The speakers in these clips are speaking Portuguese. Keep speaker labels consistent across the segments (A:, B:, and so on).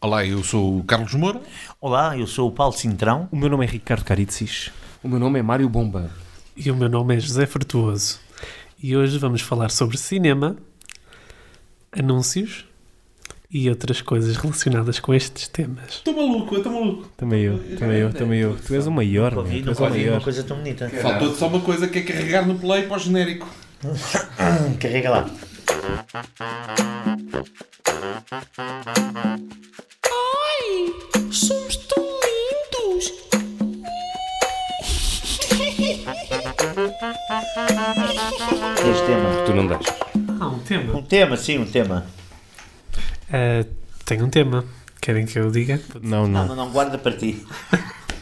A: Olá, eu sou o Carlos Moura.
B: Olá, eu sou o Paulo Cintrão.
C: O meu nome é Ricardo Caritzis.
D: O meu nome é Mário Bomba.
E: E o meu nome é José Frutuoso. E hoje vamos falar sobre cinema, anúncios e outras coisas relacionadas com estes temas.
A: Estou maluco, eu estou maluco.
C: Também eu, também eu, também eu. Tu és o maior, meu.
B: Ouvi,
C: Tu
B: não
C: és o
B: ouvi uma
C: maior.
B: coisa tão bonita.
A: Faltou-te só uma coisa que é carregar no play para o genérico.
B: Carrega lá.
F: Ai, somos tão lindos!
B: Este tema.
D: Tu não das.
E: Ah, um tema.
B: Um tema, sim, um tema.
E: tenho um tema. Querem que eu diga?
B: Não,
C: Não, não.
B: não, não guarda para ti.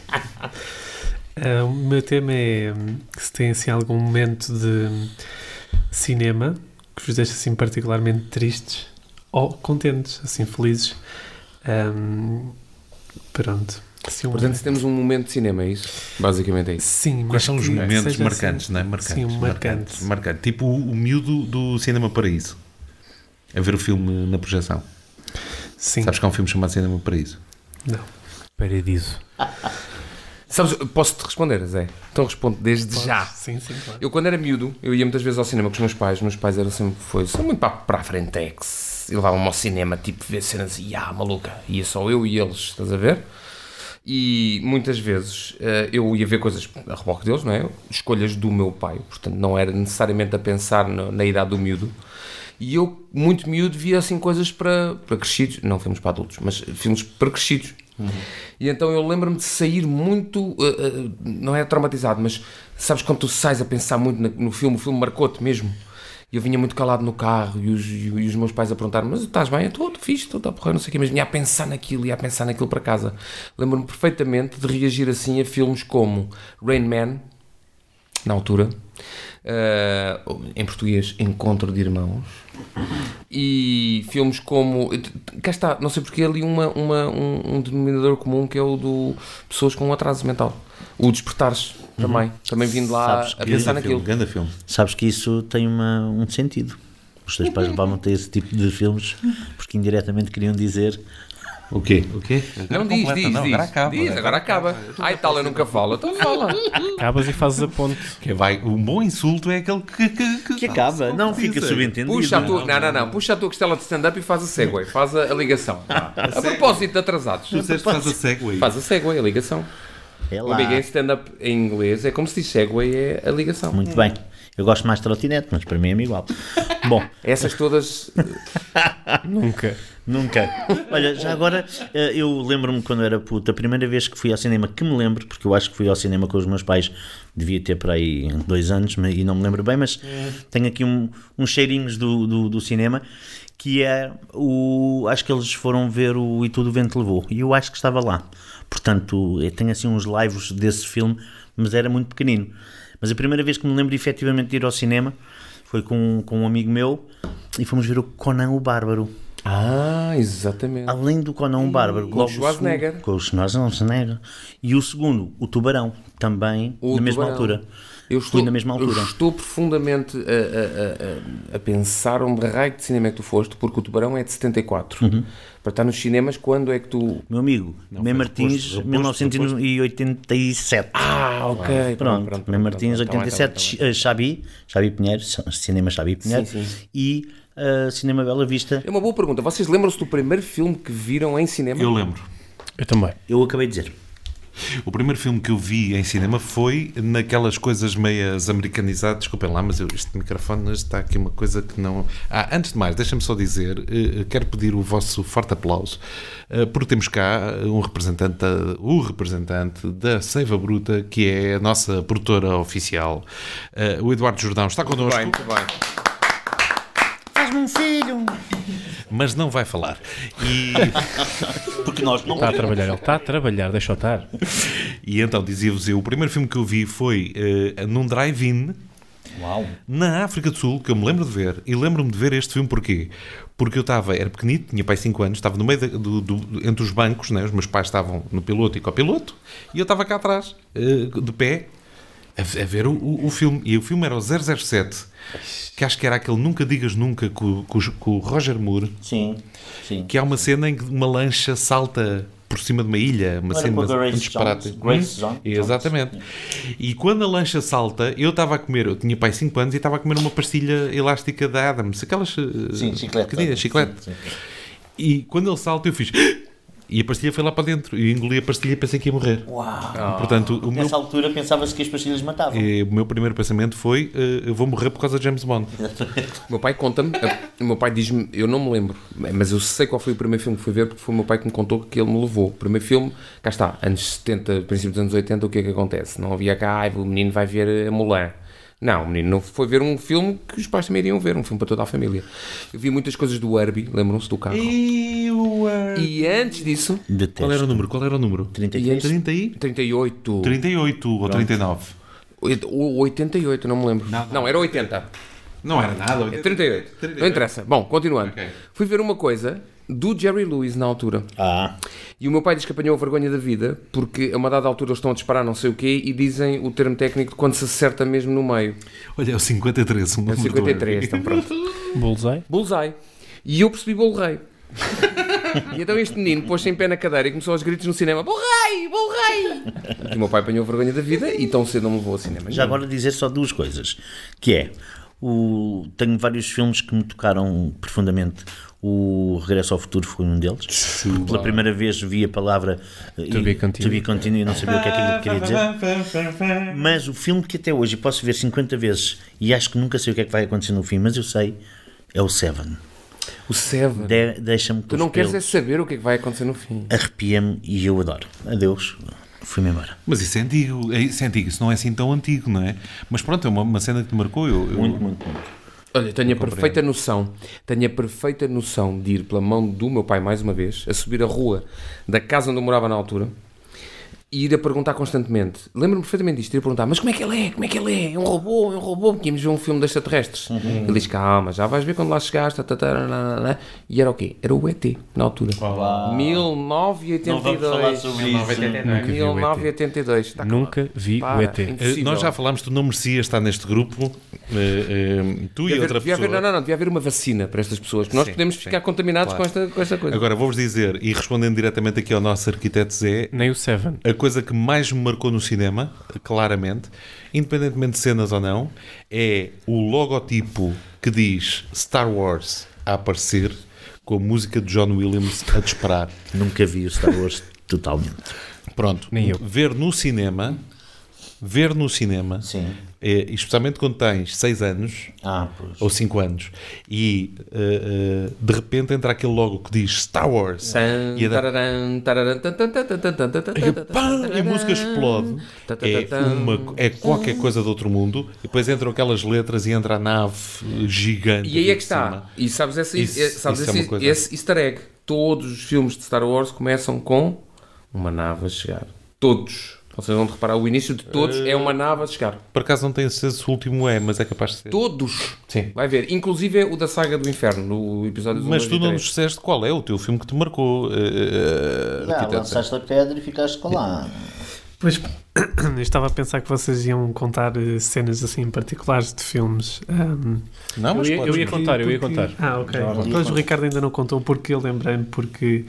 E: Ah, o meu tema é hum, se tem assim algum momento de hum, cinema que vos deixa assim particularmente tristes ou contentes, assim felizes. Hum, pronto. Assim, um
D: Portanto, temos um momento de cinema, é isso? Basicamente é isso.
E: Sim, mas
A: Quais são os
E: que
A: momentos
E: seja
A: marcantes,
E: assim-
A: não é? Marcantes,
E: Sim, um
A: marcantes,
E: marcante.
A: marcantes. Tipo o o miúdo do Cinema Paraíso. A ver o filme na projeção.
E: Sim,
A: Sabes que há um filme chamado Cinema Paraíso?
E: não.
C: Paradiso.
D: Sabes, posso-te responder, Zé? Então respondo desde já.
E: Sim, sim, claro.
D: Eu quando era miúdo, eu ia muitas vezes ao cinema com os meus pais, meus pais eram sempre, foi, são muito para, para a frentex, e levavam-me ao cinema, tipo, ver cenas, e ah, maluca, ia só eu e eles, estás a ver? E muitas vezes eh, eu ia ver coisas a reboque deles, não é? Escolhas do meu pai, portanto não era necessariamente a pensar no- na idade do miúdo. E eu, muito miúdo, via assim coisas para, para crescidos, não filmes para adultos, mas filmes para crescidos. E então eu lembro-me de sair muito, eh, eh, não é traumatizado, mas sabes quando tu sais a pensar muito na- no filme, o filme marcou-te mesmo. E eu vinha muito calado no carro e os, e os meus pais a perguntaram mas estás bem? Eu estou, estou fixe, estou a porra, não sei o quê. Mas vinha a pensar naquilo e a pensar naquilo para casa. Lembro-me perfeitamente de reagir assim a filmes como Rain Man, na altura, eh, em português, Encontro de Irmãos, e filmes como. Cá está, não sei porque ali uma, uma, um, um denominador comum que é o do pessoas com atraso mental. O Despertares também. Também vindo lá
B: Uhum. Sabes
D: a
B: que-
D: pensar
A: Ganda
D: naquilo.
A: filme, Ganda filme.
B: Sabes que isso tem uma- um sentido. Os teus pais levavam-te a esse tipo de filmes porque indiretamente queriam dizer
A: O quê? O quê?
D: Não, diz, diz, diz.
A: Agora acaba. né?
D: diz, agora acaba. Ai, tal, eu nunca falo. Então fala.
C: Acabas e fazes a ponte.
A: Que vai, um bom insulto é aquele que, que, que-
B: que acaba. Não, fica
A: dizer.
B: subentendido. É
D: Puxa a tua, não, não, não. Puxa a tua costela de stand-up e faz a segue. Faz a, a ligação.
B: Ah,
D: A propósito de atrasados.
A: Tu disseste que faz a segue.
D: Faz a segue, a ligação.
B: É
D: O
B: lá.
D: amigo em stand-up em inglês é como se diz segue, é a ligação.
B: Muito bem. Eu gosto mais de trotinete, mas para mim é igual. Bom,
D: Essas todas.
C: Nunca.
B: Nunca. Olha, já agora, eh, eu lembro-me quando era puta, a primeira vez que fui ao cinema, que me lembro, porque eu acho que fui ao cinema com os meus pais, devia ter para aí dois anos me- e não me lembro bem, mas tenho aqui um, uns cheirinhos do, do, do cinema, que é o. Acho que eles foram ver o E Tudo o Vento Levou, e eu acho que estava lá. Portanto, eu tenho assim uns lives desse filme, mas era muito pequenino. Mas a primeira vez que me lembro efetivamente de ir ao cinema foi com, com um amigo meu e fomos ver o Conan o Bárbaro.
D: Ah, exatamente.
B: Além do Conan o Bárbaro,
D: com o Schwarzenegger.
B: segundo- Com o Schwarzenegger. E o segundo, o Tubarão, também
D: O
B: na mesma
D: tubarão.
B: altura.
D: Eu
B: Fui na mesma altura.
D: Eu estou profundamente a, a- a- a- a pensar onde raio de cinema é que tu foste, porque o Tubarão é de 74.
B: Uhum.
D: Para estar nos cinemas, quando é que tu.
B: Meu amigo, Mem Martins, 1987.
D: Ah, ok.
B: tá Pronto, tá Mem
D: então é
B: Martins, 87, eh, Xabi, Xabi Pinheiro, Cinema Xabi Pinheiro, e eh, Cinema Bela Vista.
D: É uma boa pergunta. Vocês lembram-se do primeiro filme que viram em cinema?
A: Eu lembro.
C: Eu também.
B: Eu acabei de dizer.
A: O primeiro filme que eu vi em cinema foi naquelas coisas meias americanizadas. Desculpem lá, mas eu- este microfone está aqui uma coisa que não. Ah, antes de mais, deixa-me só dizer, eh, eh, quero pedir o vosso forte aplauso, eh, porque temos cá um representante, da- o representante da Seiva Bruta, que é a nossa produtora oficial. Eh, O Eduardo Jordão está connosco.
D: Bem, muito bem.
B: Faz-me um filho!
A: mas não vai falar. E,
B: Porque nós não
C: Está a trabalhar, ele está a trabalhar, deixa eu estar.
A: e então dizia-vos eu, o primeiro filme que eu vi foi eh, num drive-in
B: Uau!
A: na África do Sul, que eu me lembro de ver, e lembro-me de ver este filme porquê? Porque eu estava, era pequenito, tinha pai 5 anos, estava no meio da- do, do- entre os bancos, né? os meus pais estavam no piloto e copiloto, e eu estava cá atrás, eh, de pé, a, a ver o, o, o filme. E o filme era o 007, que acho que era aquele Nunca Digas Nunca com, com os- com o Roger Moore,
B: Sim, sim.
A: que há uma cena em que uma lancha salta por cima de uma ilha, uma
B: Não era
A: cena
B: com a Grace
A: um disparate.
B: Jones? Grace Jones?
A: Exatamente. E quando a lancha salta, eu estava a comer, eu tinha pai 5 anos e estava a comer uma pastilha elástica da Adams, aquelas eh,
B: Sim, chiclete.
A: pequeninas, chiclete.
B: Sim, sim.
A: E quando ele salta, eu fiz. E a pastilha foi lá para dentro. E engoli a pastilha e pensei que ia morrer.
B: Uau!
A: Portanto, o meu,
B: Nessa altura pensava-se que as pastilhas matavam.
A: eh, o meu primeiro pensamento foi: eh, eu vou morrer por causa de James Bond.
D: O meu pai conta-me, eh, o meu pai diz-me, eu não me lembro, mas eu sei qual foi o primeiro filme que fui ver porque foi o meu pai que me contou que ele me levou. O primeiro filme, cá está, anos 70, princípio dos anos 80, o que é que acontece? Não havia cá, "Ai, o menino vai ver a Mulan. Não, o menino não foi ver um filme que os pais também iriam ver, um filme para toda a família. Eu vi muitas coisas do Herbie, lembram-se do carro. E, antes disso,
A: eh, Qual
B: Detesto.
A: era o número? Qual era o número?
B: 33.
A: 30 e?
D: 38,
A: 38 ou 39.
D: ou 88, não me lembro. não era 80.
A: Não era nada.
D: É 38. Não interessa. Bom, continuando.
A: Ok.
D: Fui ver uma coisa do Jerry Lewis na altura.
B: Ah,
D: E o meu pai diz que apanhou a vergonha da vida porque a uma dada altura eles estão a disparar não sei o quê e dizem o termo técnico de quando se acerta mesmo no meio.
A: Olha, é o 53. O
D: É o
A: número do
D: 53,
A: Harry.
D: então pronto.
C: Bullseye.
D: Bullseye. E eu percebi bolo rei. e então este menino pôs-se em pé na cadeira e começou aos gritos no cinema: Bolo rei! Bolo rei! E o meu pai apanhou a vergonha da vida e tão cedo não me levou ao cinema.
B: já agora dizer só duas coisas. Que é, o... tenho vários filmes que me tocaram profundamente. O Regresso ao Futuro foi um deles. Pela primeira vez vi a palavra eh,
C: To be
B: e-
C: continued.
B: to be continued e não sabia o que é que aquilo queria dizer. Mas o filme que até hoje eu posso ver 50 vezes e acho que nunca sei o que é que vai acontecer no fim, mas eu sei, é o Seven.
D: O Seven.
B: De- Deixa-me com
D: Tu
B: os
D: não queres é
B: pelos.
D: saber o que é que vai acontecer no fim.
B: Arrepia-me e eu adoro. Adeus. Fui-me embora.
A: Mas isso é antigo. É- Isso é antigo. Isso não é assim tão antigo, não é? Mas pronto, é uma, uma cena que te marcou. Eu, eu-
B: Muito, muito, muito.
D: Olha, tenho a perfeita noção, tenho a perfeita noção de ir pela mão do meu pai mais uma vez, a subir a rua da casa onde eu morava na altura e ir a perguntar constantemente. Lembro-me perfeitamente disto, ir a perguntar, mas como é que ele é? Como é que ele é? É um robô, é um robô, porque íamos ver um filme de extraterrestres.
C: Uhum.
D: Ele diz, calma, já vais ver quando lá chegaste, tá, tá, tá, lá, lá, lá." e era o quê? Era o ET, na altura. 1982.
B: Não vamos falar sobre isso.
D: 1982. 1982. Tá,
C: Nunca vi
D: Pá,
C: o ET.
A: Eh,
D: impossível.
A: Nós já falámos, tu não merecias estar neste grupo. eh, eh, tu e
D: Devia haver,
A: outra pessoa.
D: devia haver, não, não, não, devia haver uma vacina para estas pessoas, porque nós podemos ficar contaminados com, esta, com esta coisa.
A: Agora vou-vos dizer, e respondendo diretamente aqui ao nosso arquiteto Zé,
C: Nem o Seven.
A: a coisa que mais me marcou no cinema, claramente, independentemente de cenas ou não, é o logotipo que diz Star Wars a aparecer com a música de John Williams a disparar.
B: Nunca vi o Star Wars totalmente.
A: Pronto.
C: Nem eu.
A: Ver no cinema, ver no cinema,
B: Sim.
A: eh, especialmente quando tens 6 anos,
B: Ah, pois.
A: ou 5 anos, e eh, eh, de repente entra aquele logo que diz Star Wars
D: Tan,
A: e, a, da-
D: tararan, tararan, tan, tan, tan, tan, tan, tan, tan, tan,
A: e,
D: tan,
A: pá, e a música explode.
D: Tá, tá,
A: É,
D: tá, tá.
A: uma- é qualquer coisa de outro mundo, e depois entram aquelas letras e entra a nave eh, gigante.
D: E aí
A: ali
D: é que
A: de
D: está.
A: cima.
D: E sabes, esse,
A: Isso-
D: esse- sabes
A: isso é
D: esse,
A: uma coisa.
D: esse easter egg? Todos os filmes de Star Wars começam com uma nave a chegar. Todos. Vocês vão reparar, o início de todos é uma nave a chegar.
A: Por acaso não tenho certeza se o último é, mas é capaz de ser.
D: Todos.
A: Sim.
D: Vai ver. Inclusive o da Saga do Inferno, no episódio um do
A: Mas tu não nos disseste qual é o teu filme que te marcou. eh, eh,
B: Ah,
A: arquiteto.
B: lançaste a pedra e ficaste com lá.
E: Pois, eu estava a pensar que vocês iam contar eh, cenas assim particulares de filmes. ahm,
A: não, mas
C: Eu ia-
A: podes,
C: eu ia
A: não.
C: contar.
E: porque-
C: contar.
E: Ah, ok.
B: Já vai.
E: Pois o Ricardo ainda não contou porque eu lembrei-me porque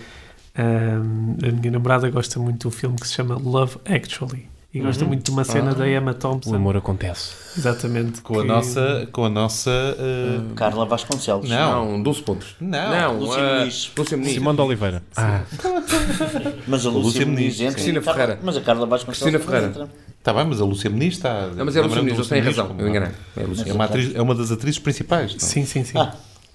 E: ahm, a minha namorada gosta muito de um filme que se chama Love Actually. E gosta muito de uma cena da Emma
C: O
E: Thompson.
C: amor acontece.
E: Exatamente.
A: Com a
E: que-
A: nossa. Com a nossa eh,
B: Carla Vasconcelos.
A: Não.
D: Não, 12 pontos.
A: Não.
D: não
B: Lúcio
D: ah,
B: Muniz.
D: Lúcio Muniz.
C: Simão de Oliveira. Ah,
B: Mas a Lúcia
A: Lúcia Muniz,
B: Muniz entra.
D: Cristina
B: e Carla-
D: Ferreira.
B: Mas a Carla Vasconcelos
D: Cristina
B: também
D: Ferreira.
B: entra.
A: Está tá bem, mas a Lúcia Muniz está.
D: Não, mas é Lúcio
A: lembrando
D: Muniz,
A: do
D: eles têm
A: Muniz
D: razão.
A: como-
D: Eu enganei. É Lúcio
A: É uma, atriz- é uma das atrizes principais. não? é?
E: Sim, sim, sim.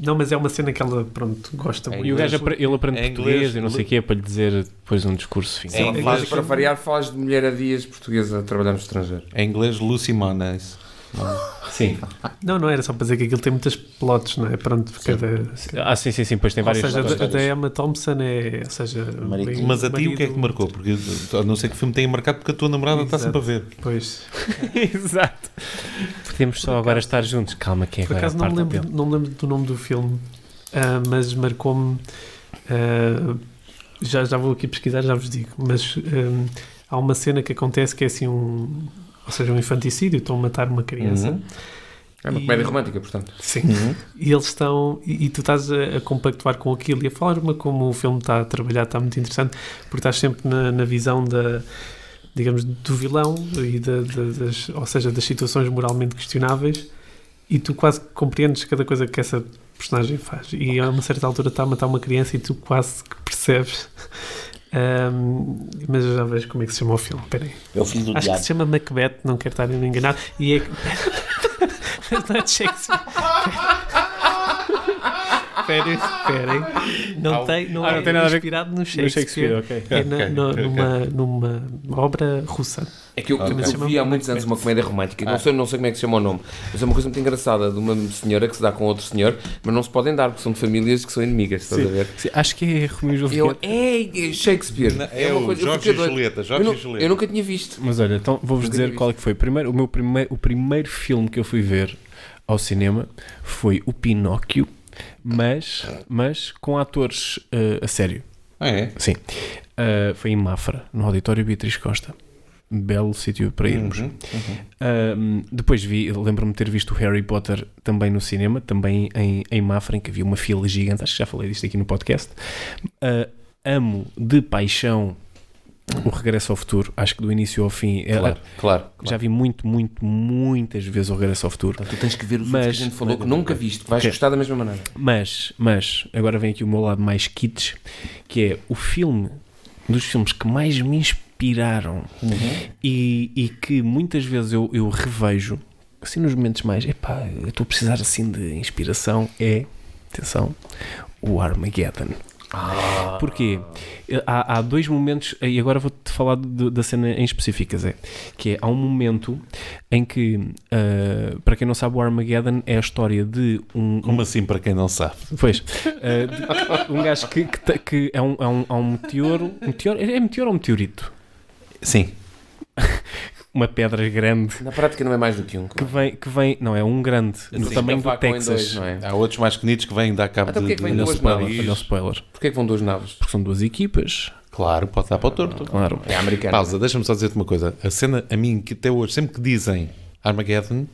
E: Não, mas é uma cena que ela, pronto, gosta muito.
C: e o gajo apre- ele aprende
A: É inglês,
C: português e não sei o quê para lhe dizer depois um discurso
A: É
C: final.
A: inglês.
D: Faz, para variar, falas de mulher a dias portuguesa a trabalhar no estrangeiro.
A: Em inglês, Lucy Moniz.
C: Sim.
E: Não, não era só para dizer que aquilo tem muitas plots, não é? Pronto, cada.
C: Ah, sim, sim, sim. Pois tem
E: Ou
C: várias
E: seja, a da- a
C: histórias.
E: da Emma Thompson é. Ou seja,
B: Marido.
E: bem-
A: Mas a ti o que é que
E: marido-
A: te marcou? Porque a não ser que o filme tenha marcado, porque a tua namorada está sempre a ver.
E: Pois,
C: Exato. Podemos só agora estar juntos. Calma, que é
E: por
C: agora
E: acaso
C: a
E: não me,
C: parte
E: lembro,
C: dele.
E: não me lembro do nome do filme, ah, mas marcou-me. ah, já, já vou aqui pesquisar, já vos digo. Mas ah, há uma cena que acontece que é assim um. Ou ou seja, um infanticídio, estão a matar uma criança.
D: Uhum. É uma
E: E-
D: comédia romântica, portanto.
E: Sim. E eles estão. E, e tu estás a, a compactuar com aquilo e a forma como o filme está a trabalhar está muito interessante, porque estás sempre na, na visão da. digamos, do vilão, e da, da- das, ou seja, das situações moralmente questionáveis, e tu quase que compreendes cada coisa que essa personagem faz. E a uma certa altura está a matar uma criança e tu quase que percebes. Ahm, mas eu já vejo como é que se chama o filme. Espera aí.
B: É o filho do
E: Acho que
B: diabo.
E: se chama Macbeth, não quero estar enganado. E é. Mas não é de Shakespeare. Espera, espera. aí. Não tem, não,
C: Ah,
E: é
C: não tem nada a ver
E: inspirado no Shakespeare.
C: No Shakespeare, ok.
E: É na-
A: Ok,
E: no-
A: ok.
E: numa, numa obra russa.
D: É que eu,
E: Também se
D: eu
E: chama
D: vi há muitos anos uma comédia romântica, não, sei, não sei como é que se chama o nome, mas é uma coisa muito engraçada de uma senhora que se dá com outro senhor, mas não se podem dar porque são de famílias que são inimigas, estás a ver?
C: Sim, acho que é Romeu e
D: Eu,
C: Julieta.
D: é é Shakespeare.
A: Não, é
D: uma
A: o
D: eu
A: Jorge
D: fiquei
A: e
D: doido.
A: Julieta,
D: Eu,
A: Jorge
D: não-
A: e Julieta.
D: eu nunca tinha visto.
C: Mas olha, então vou-vos
D: Nunca
C: dizer
D: tinha
C: qual é que foi. Primeiro, o meu primeiro, o primeiro filme que eu fui ver ao cinema foi o Pinóquio, mas, mas com atores eh, a sério.
A: Ah, é?
C: Sim. Ah, foi em Mafra, no auditório Beatriz Costa. Belo sítio para
A: Uhum.
C: irmos.
D: Uhum.
C: Ah, hum, depois vi, lembro-me de ter visto o Harry Potter também no cinema, também em, em Mafra, em que havia uma fila gigante. Acho que já falei disto aqui no podcast. Ah, amo de paixão o Regresso ao Futuro. Acho que do início ao fim. é-
D: Claro, claro. Tá
C: Já vi muito, muito, muitas vezes o Regresso ao Futuro.
D: Tu tens que ver os
C: Mas-
D: outros que a gente falou que nunca viste, que vais
C: Ok.
D: gostar da mesma maneira.
C: Mas, mas, agora vem aqui o meu lado mais kits, que é o filme um dos filmes que mais me inspiraram e, e que muitas vezes eu, eu revejo, assim nos momentos mais, epá, eu estou a precisar assim de inspiração, é, atenção, o Armageddon. Porquê? Há, há dois momentos, e agora vou-te falar de- da cena em específico, Zé, que é, há um momento em que, ah, para quem não sabe, o Armageddon é a história de um,
A: Como assim, para quem não sabe?
C: Pois. Eh, de- um gajo que, que, te- que é, um, é, um, é um meteoro. meteoro é meteoro ou meteorito?
A: Sim.
C: Uma pedra grande
D: Na prática não é mais do que um.
C: que vem. Que vem não, é um grande. do
D: Sim,
C: tamanho
D: então vá
C: do
D: com em
C: Texas.
D: dois, não é?
A: Há outros mais pequenitos que vêm dar cabo
D: Até
A: de,
D: porque é que
A: de,
D: vem
A: do
C: Olha o
D: duas
C: spoiler,
D: naves?
C: olha o spoiler.
D: Porquê é que vão duas naves?
C: Porque são duas equipas.
A: Claro, pode dar para o torto.
C: Claro.
D: É americano.
A: Pausa, deixa-me só dizer-te uma coisa. A cena, a mim, que até hoje, sempre que dizem Armageddon,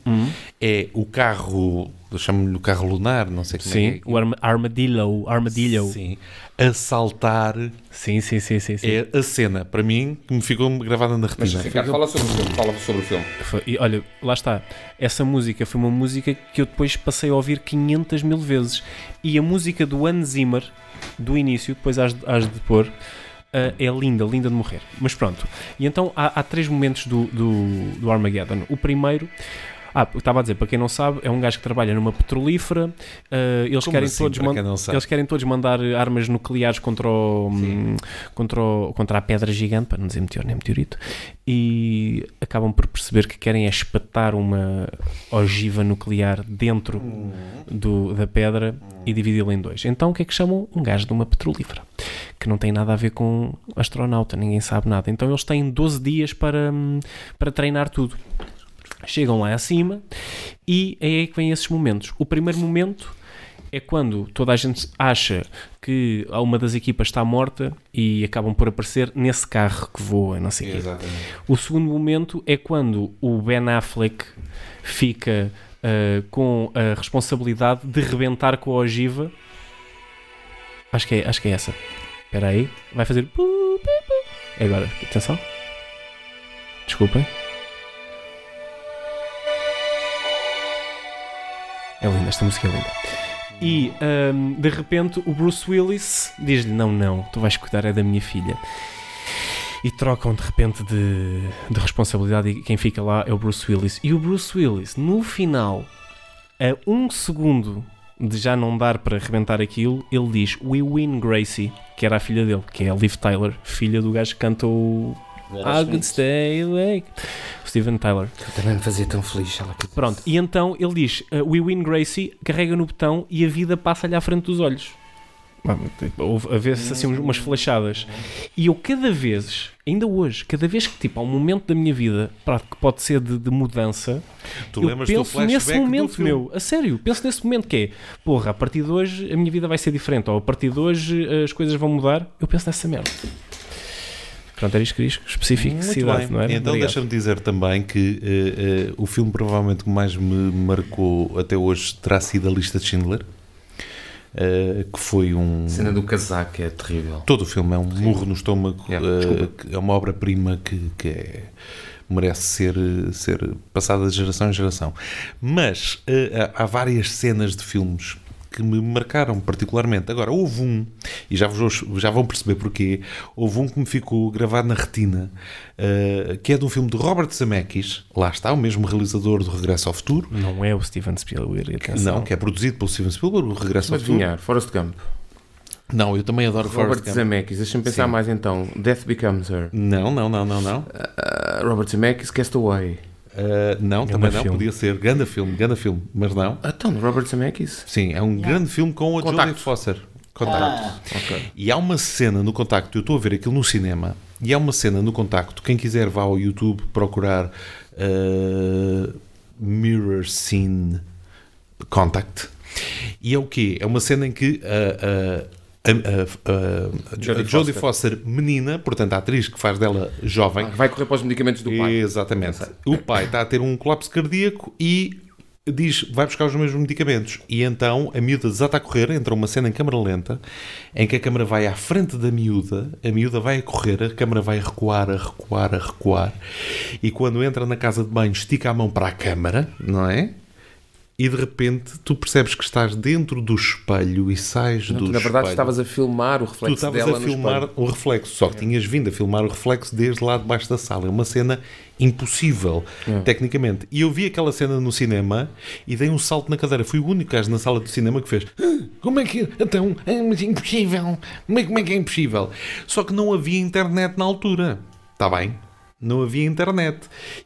A: é o carro, eu chamo-lhe o carro lunar, não sei como é
C: Sim,
A: que é.
C: o arma- armadillo. Armadillo. Sim,
A: Sim. A saltar
C: sim, sim, sim. sim,
A: é a cena, para mim, que me ficou gravada na
D: Mas
A: retina.
D: Ricardo, fala sobre o filme. Fala sobre o filme.
C: Foi- E olha, lá está. Essa música foi uma música que eu depois passei a ouvir 500 mil vezes. E a música do Anne Zimmer, do início, depois às, às de pôr, ah, é linda, linda de morrer. Mas pronto. E então há, há três momentos do, do, do Armageddon. O primeiro. Ah, eu estava a dizer, para quem não sabe, é um gajo que trabalha numa petrolífera. ah, eles,
A: Como
C: querem
A: assim,
C: todos
A: para
C: man-
A: quem não sabe?
C: eles querem todos mandar armas nucleares contra, o, hum, contra, o- contra a pedra gigante, para não dizer meteoro nem meteorito e acabam por perceber que querem é espetar uma ogiva nuclear dentro
A: Hum.
C: do- da pedra e dividi-la em dois. Então o que é que chamam? Um gás de uma petrolífera, que não tem nada a ver com astronauta, ninguém sabe nada. Então eles têm 12 dias para, hum, para treinar tudo. Chegam lá acima e aí é que vêm esses momentos. O primeiro momento é quando toda a gente acha que uma das equipas está morta e acabam por aparecer nesse carro que voa, não sei o quê. O segundo momento é quando o Ben Affleck fica ah, com a responsabilidade de rebentar com a ogiva. Acho que é, acho que é essa. Espera aí. Vai fazer. pu, pi, pu. É agora. Atenção. Desculpem. É linda, esta música é linda. E ahm, de repente o Bruce Willis diz-lhe: Não, não, tu vais cuidar é da minha filha. E trocam de repente de, de responsabilidade e quem fica lá é o Bruce Willis. E o Bruce Willis, no final, a um segundo de já não dar para arrebentar aquilo, ele diz: We win Gracie, que era a filha dele, que é a Liv Tyler, filha do gajo que canta o. I could stay awake. Steven Tyler.
D: Também me fazia tão feliz. Ela
C: Pronto, e então ele diz: uh, We win Gracie, carrega no botão e a vida passa-lhe à frente dos olhos. Houve- A ver-se assim umas flechadas. E eu, cada vez, ainda hoje, cada vez que tipo, há um momento da minha vida pá, que pode ser de, de mudança,
A: Tu
C: eu
A: lembras do
C: penso
A: flashback
C: nesse
A: do
C: momento,
A: filme?
C: meu, a sério, penso nesse momento que é porra, a partir de hoje a eh, minha vida vai ser diferente, ou a partir de hoje as coisas vão mudar. Eu penso nessa merda. Pronto, era isto que diz, específico,
A: Muito
C: cidade,
A: bem.
C: não era?
A: Então
C: Obrigado.
A: deixa-me dizer também que eh, eh, o filme provavelmente que mais me marcou até hoje terá sido a lista de Schindler, eh, que foi um...
D: A cena do casaco é terrível.
A: Todo o filme é um murro no estômago,
D: Yeah,
A: eh,
D: desculpa.
A: que é uma obra-prima que, que é- merece ser, eh, ser passada de geração em geração. Mas eh, há há várias cenas de filmes que me marcaram particularmente. Agora, houve um, e já, vos, vou- já vão perceber porquê, houve um que me ficou gravado na retina, eh, que é de um filme de Robert Zemeckis, lá está, o mesmo realizador do Regresso ao Futuro,
C: Não é o Steven Spielberg, atenção.
A: não, que é produzido pelo Steven Spielberg, o Regresso ao
D: Mas
A: Futuro.
D: adivinhar, Forrest Gump.
A: Não, eu também adoro
D: Robert
A: Forrest Gump.
D: Zemeckis, deixa-me pensar
A: Sim.
D: mais então. Death Becomes Her.
A: Não, não, não, não, não.
D: Ah, Robert Zemeckis, Castaway.
A: Uh, não,
C: Ganda
A: também não.
C: filme.
A: Podia ser. Ganda filme, ganda filme. Mas não.
D: Então, Robert Zemeckis.
A: Sim, é um grande filme com a
D: Contacto.
A: Jodie Foster. Contacto. E há uma cena no Contacto, eu estou a ver aquilo no cinema, e há uma cena no Contacto, quem quiser vá ao YouTube procurar uh, Mirror Scene Contact. E é o quê? É uma cena em que uh, uh, a, a- a- a
D: Jodie
A: Jodie Foster. menina, portanto a atriz que faz dela jovem,
D: Ah, Vai correr para os medicamentos do pai.
A: Exatamente. O pai está a ter um colapso cardíaco e diz, vai buscar os mesmos medicamentos. E então a miúda desata a correr, entra uma cena em câmara lenta, em que a câmara vai à frente da miúda, a miúda vai a correr, a câmara vai a recuar, a recuar, a recuar. E quando entra na casa de banho, estica a mão para a câmara, não é? E de repente tu percebes que estás dentro do espelho e sais
D: Não,
A: do
D: tu, na verdade,
A: espelho.
D: estavas a filmar o
A: Tu
D: reflexo
A: estavas
D: dela
A: a
D: no
A: filmar
D: espelho.
A: o reflexo, É. só que tinhas vindo a filmar o reflexo desde lá debaixo da sala. É uma cena impossível, tecnicamente. E eu vi aquela cena no cinema e dei um salto na cadeira. Fui o único gajo na sala de cinema que fez "Ah, como é que é? Então, é mas é impossível. Como é, como é que é impossível? Só que não havia internet na altura. Está bem? Não havia internet.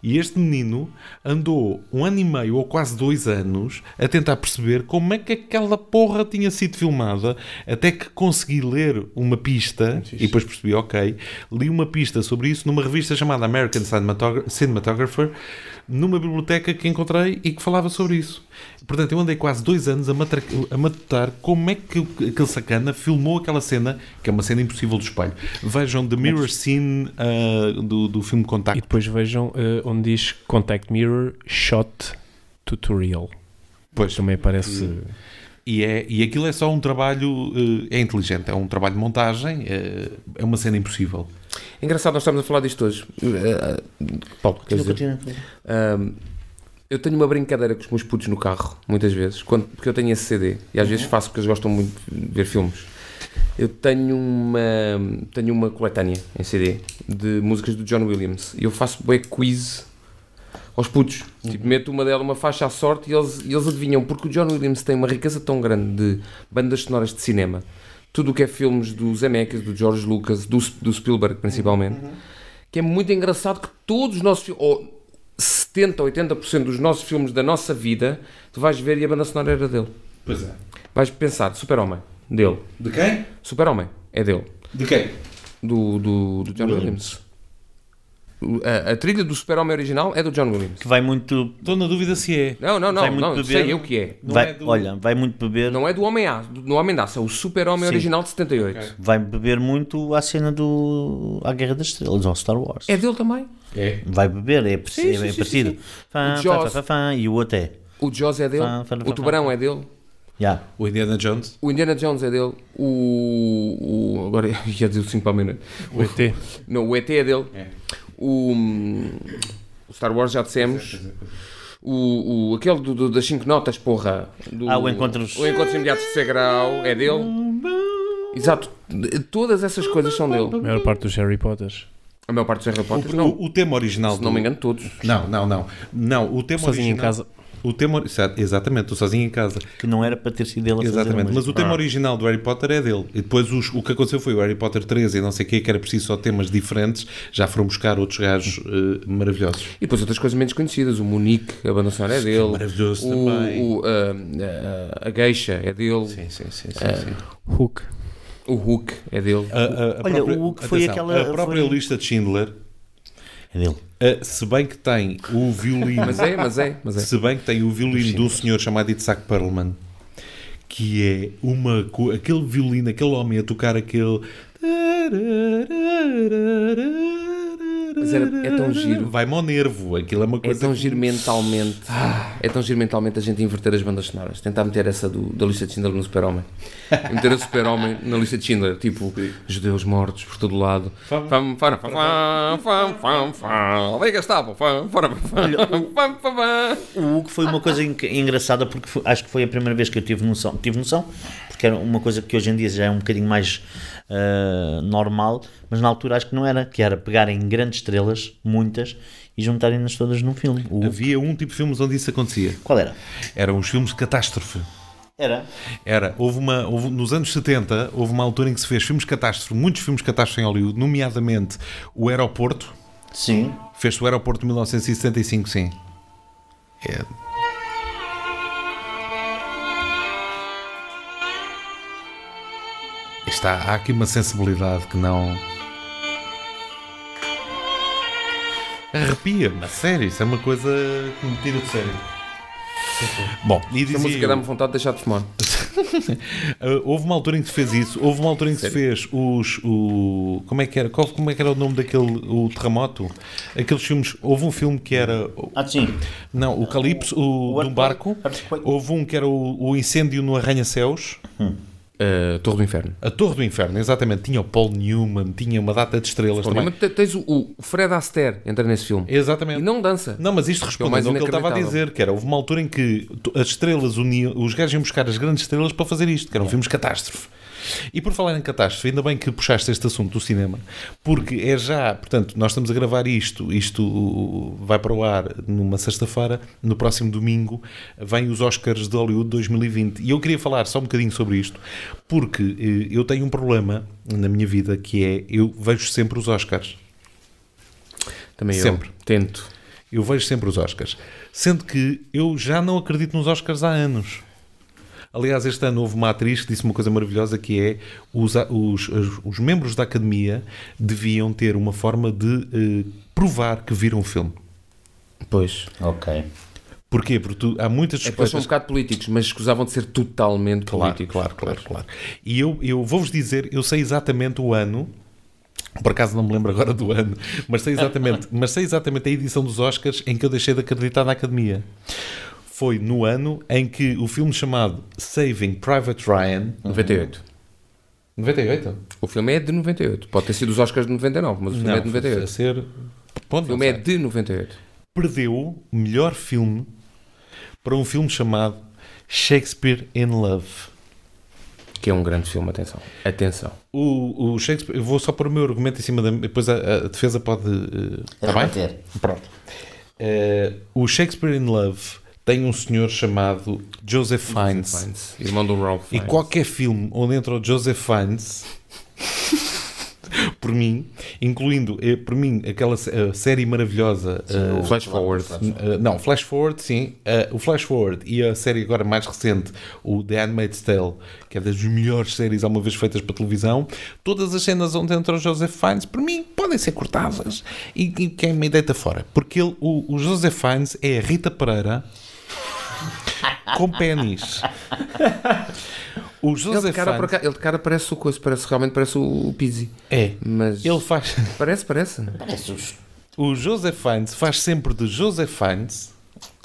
A: E este menino andou um ano e meio ou quase dois anos a tentar perceber como é que aquela porra tinha sido filmada, até que consegui ler uma pista e depois percebi, ok, li uma pista sobre isso numa revista chamada American Cinematogra- Cinematographer, numa biblioteca que encontrei e que falava sobre isso. Portanto, eu andei quase dois anos a, matra- a matutar como é que o- aquele sacana filmou aquela cena, que é uma cena impossível do espelho. Vejam The Mirror Scene ah, do, do filme
C: E
A: Contacto.
C: depois vejam eh, onde diz Contact Mirror Shot Tutorial.
A: Pois.
C: Também
A: Hum.
C: aparece.
A: E, é, e aquilo é só um trabalho, eh, é inteligente, é um trabalho de montagem, eh, é uma cena impossível.
D: Engraçado, nós estamos a falar disto hoje. Ah, ah, Paulo, queres dizer? Ahm, eu tenho uma brincadeira com os meus putos no carro, muitas vezes, quando- porque eu tenho esse CD e às vezes faço porque eles gostam muito de ver filmes. Eu tenho uma, tenho uma coletânea em CD de músicas do John Williams e eu faço bué quiz aos putos. Tipo, meto uma dela, uma faixa à sorte e eles, e eles adivinham, porque o John Williams tem uma riqueza tão grande de bandas sonoras de cinema, tudo o que é filmes do Zemeckis, do George Lucas, do, do Spielberg principalmente que é muito engraçado que todos os nossos filmes, ou 70 ou 80% dos nossos filmes da nossa vida, tu vais ver e a banda sonora era dele.
A: Pois é.
D: Vais pensar, Super-Homem, dele.
A: De quem?
D: Super-Homem, é dele.
A: De quem?
D: Do, do, do John Williams. O- A, a trilha do Super-Homem original é do John Williams.
B: Que vai muito.
A: Estou na dúvida se é.
D: Não, não, não,
B: Vai muito
D: não,
B: beber.
D: sei eu que é.
A: Não
B: vai-
A: é do-
B: Olha, vai muito beber.
D: Não é do Homem-Aço, do, do Homem-Aço, é o Super-Homem
B: Sim.
D: original de 78.
B: Vai beber muito à cena do. à Guerra das Estrelas, ao Star Wars.
D: É dele também.
B: Vai beber, é, parecido.
D: Sim, sim,
B: é
D: sim,
B: parecido.
D: sim,
B: Fã,
D: O
B: fã,
D: Jaws.
B: fã, fã, fã, e o outro é.
D: O Jaws é dele,
B: Fá, fá, fá,
D: o
B: fá.
D: Tubarão é dele,
B: Yeah.
A: O Indiana Jones?
D: o Indiana Jones é dele, o... o agora ia dizer o 5 para a meia-noite.
C: O ET.
D: Não, o ET é dele. O, hum, o Star Wars já dissemos.
A: é,
D: O, o, aquele do, do- das 5 notas, porra. Do,
B: Ah, o Encontros-
D: O Encontros Imediatos de Segrau é dele. Exato. De- Todas essas coisas são
C: A
D: dele.
C: maior parte dos Harry Potters.
D: A maior parte dos Harry Potter,
A: O,
D: não.
A: o tema original.
D: Se não
A: do-
D: me engano, todos.
A: Não, não, não. Não, o tema
C: Sozinho em
A: original.
C: casa.
A: O tema, ori- exa- exatamente, estou sozinho em casa.
B: Que não era para ter sido ele a fazer
A: Exatamente,
B: a
A: mas
B: música.
A: o tema original do Harry Potter é dele. E depois os- o que aconteceu foi o Harry Potter 13 e não sei o quê, que era preciso só temas diferentes, já foram buscar outros gajos eh, maravilhosos.
D: E depois outras coisas menos conhecidas. O Monique, a banda sonora é dele.
A: maravilhoso
D: o,
A: também.
D: o, ah, ah, a Geisha é dele. Ah,
A: sim, sim.
C: Hook.
D: O Hulk é dele.
A: A, a- a
B: Olha,
A: própria,
B: o que foi
A: atenção,
B: aquela-
A: A própria
B: foi-
A: lista de Schindler,
B: É dele.
A: eh, se bem que tem o violino.
D: Mas é, mas é, mas é.
A: Se bem que tem o violino de um senhor chamado Itzhak Perlman, que é uma co- aquele violino, aquele homem a tocar aquele
D: mas era, é tão giro.
A: Vai-me ao nervo, aquilo é uma
D: É
A: coisa. Ah.
D: tão giro mentalmente. É tão giro mentalmente a gente inverter as bandas sonoras. Tentar meter essa do- da lista de Schindler no Super-Homem. meter o Super-Homem na lista de Schindler. Tipo, judeus mortos por todo lado. Fam, fam, fam, fam, fam, fam, fam. Ali Gestapo. Fam, fam, fam, fam, fam, fam.
B: O Hugo foi uma coisa en- engraçada porque foi- acho que foi a primeira vez que eu tive noção. Tive noção, porque era uma coisa que hoje em dia já é um bocadinho mais ah, normal, mas na altura acho que não era, que era pegarem grandes estrelas, muitas, e juntarem-nas todas num filme. O Hugo-
A: Havia um tipo de filmes onde isso acontecia.
B: Qual era?
A: Eram os filmes de catástrofe.
B: Era.
A: Era, houve uma, houve- nos anos 70, houve uma altura em que se fez filmes de catástrofe, muitos filmes de catástrofe em Hollywood, nomeadamente o Aeroporto.
B: Sim.
A: Fez-se o Aeroporto de 1975, sim. É. Está, há aqui uma sensibilidade que não. Arrepia-me, a sério, isso é uma coisa que me tira de sério. Bom, e
D: Essa
A: dizia
D: música
A: eu-
D: dá-me vontade de deixar de fumar.
A: Uh, houve uma altura em que se fez isso. Houve uma altura em que se fez os. O, como, é que era, qual, como é que era o nome daquele. O terremoto? Aqueles filmes. Houve um filme que era.
B: Ah, sim.
A: Não, o Calypso, o,
B: o
A: de um barco.
B: Earthquake.
A: Houve um que era o, o incêndio no Arranha-Céus.
D: Eh, Torre do Inferno.
A: A Torre do Inferno, exatamente. Tinha o Paul Newman, tinha uma data de estrelas também.
D: Mas te- tens o, o Fred Astaire entra nesse filme.
A: Exatamente.
D: E não dança.
A: Não, mas isto
D: é o mais
A: respondendo ao que ele estava a
D: inacreditável.
A: dizer, que era houve uma altura em que tu- as estrelas uniam, os gajos iam buscar as grandes estrelas para fazer isto,
D: É.
A: que eram filmes catástrofe. E por falar em catástrofe, ainda bem que puxaste este assunto do cinema, porque é já, portanto, nós estamos a gravar isto, isto uh, vai para o ar numa sexta-feira, no próximo domingo vêm os Oscars de Hollywood 2020. E eu queria falar só um bocadinho sobre isto, porque eh, eu tenho um problema na minha vida que é eu vejo sempre os Oscars.
D: Também eu.
A: Sempre.
D: Tento.
A: Eu vejo sempre os Oscars. Sendo que eu já não acredito nos Oscars há anos. Aliás, este ano houve uma atriz que disse uma coisa maravilhosa que é os, a- os, os- os membros da academia deviam ter uma forma de eh, provar que viram o filme.
D: Pois.
B: Ok.
A: Porquê? Porque tu- há muitas
D: É que
A: suspeitas
D: eles são um bocado políticos, mas escusavam de ser totalmente
A: Claro,
D: políticos.
A: claro, claro, claro. E eu, eu vou-vos dizer, eu sei exatamente o ano, por acaso não me lembro agora do ano, mas sei exatamente, mas sei exatamente a edição dos Oscars em que eu deixei de acreditar na academia. Foi no ano em que o filme chamado Saving Private Ryan.
D: Hum. 98.
A: 98?
D: O filme é de 98. Pode ter sido os Oscars de 99, mas o filme é de 98.
A: a ser.
D: O
A: Ponto,
D: filme é
A: não sei.
D: de 98.
A: Perdeu o melhor filme para um filme chamado Shakespeare in Love.
D: Que é um grande filme, atenção. Atenção.
A: O, o Shakespeare, eu vou só pôr o meu argumento em cima da. Depois a, a defesa pode.
D: É
A: Está Tá bem?
B: Rebater.
A: Pronto. Eh, o Shakespeare in Love tem um senhor chamado Joseph Fiennes.
D: Fiennes, Irmão do Ralph
A: E
D: Fiennes.
A: qualquer filme onde entra o Joseph Fiennes, por mim, incluindo, eh, por mim, aquela se- a série maravilhosa. eh,
D: O Flash Forward.
A: Uh, não, Flash Forward, sim. Uh, o Flash Forward e a série agora mais recente, o The Handmaid's Tale, que é das melhores séries alguma vez feitas para televisão. Todas as cenas onde entra o Joseph Fiennes, por mim, podem ser cortadas. E, e quem me deita fora? Porque ele, o, o Joseph Fiennes é a Rita Pereira com pênis. O
D: Ele
A: Joseph
D: de, cara, por
A: Fiennes...
D: acaso- ele de cara parece o coisa, parece realmente parece o o Pizzi.
A: É.
D: Mas
A: Ele faz...
D: parece, parece.
A: O Joseph Fiennes faz sempre de Joseph Fiennes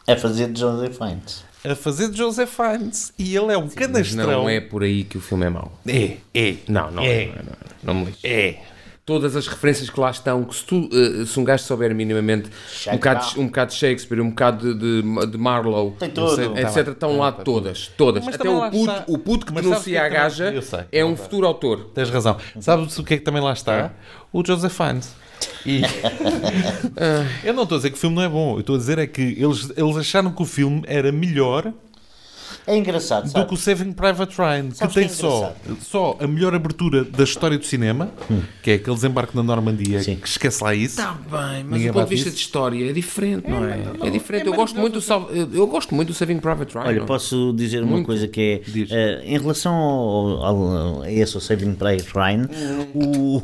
B: É fazer de Joseph Fiennes.
A: a fazer de Joseph Fiennes. E ele é um
D: Mas
A: canastrão.
D: não é por aí que o filme é mau.
A: É, é.
D: Não, não é.
A: É.
D: Não, é, não, é. não me lixe.
A: É.
D: Todas as referências que lá estão, que se, tu, eh, se um gajo souber minimamente um bocado, de- um bocado de Shakespeare, um bocado de, de, de Marlowe,
B: Tem tudo.
D: etc, etc,
A: Tá
D: estão lá todas. Todas.
A: Mas
D: Até
A: também
D: o
A: lá está-
D: puto, o puto que
A: Mas sabes que
D: denuncia
A: é
D: a
A: também-
D: gaja
A: Eu sei.
D: é um futuro autor.
A: Tens razão. Sabes o que é que também lá está? O Joseph Fiennes. E- eu não estou a dizer que o filme não é bom. Eu estou a dizer é que eles, eles acharam que o filme era melhor
B: É engraçado,
A: do
B: sabe?
A: que o Saving Private Ryan, que
B: Sabes que é
A: tem só, só a melhor abertura da história do cinema, que é aquele desembarque na Normandia,
B: Hum. Sim.
A: que esquece lá isso.
D: Está bem, mas
A: Ninguém
D: do ponto
A: bate
D: de vista
A: isso?
D: de história é diferente, não é? É, diferente. eu, gosto muito do Sal- eu eu gosto muito do Saving Private Ryan.
B: Olha,
D: não?
B: posso dizer uma coisa que é
A: Diz.
B: eh, em relação ao, ao- a esse ao Saving Private Ryan, o,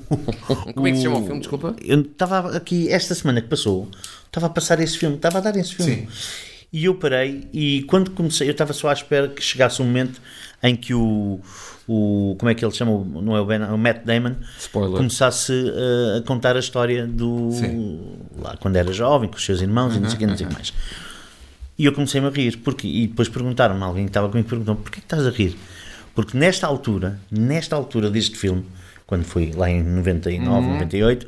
D: Como é que se chama o filme? Desculpa.
B: eu estava aqui esta semana que passou, estava a passar esse filme, estava a dar esse filme. E eu parei e quando comecei, eu estava só à espera que chegasse um momento em que o, o como é que ele chama, O- não é o, ben, o Matt Damon,
D: Spoiler.
B: começasse uh, a contar a história do lá quando era jovem, com os seus irmãos e não sei o que, não sei o que mais. E eu comecei-me a rir, porque, e depois perguntaram-me, alguém que estava comigo perguntou-me, porquê que estás a rir? Porque nesta altura, nesta altura deste filme, quando foi lá em 99, 98,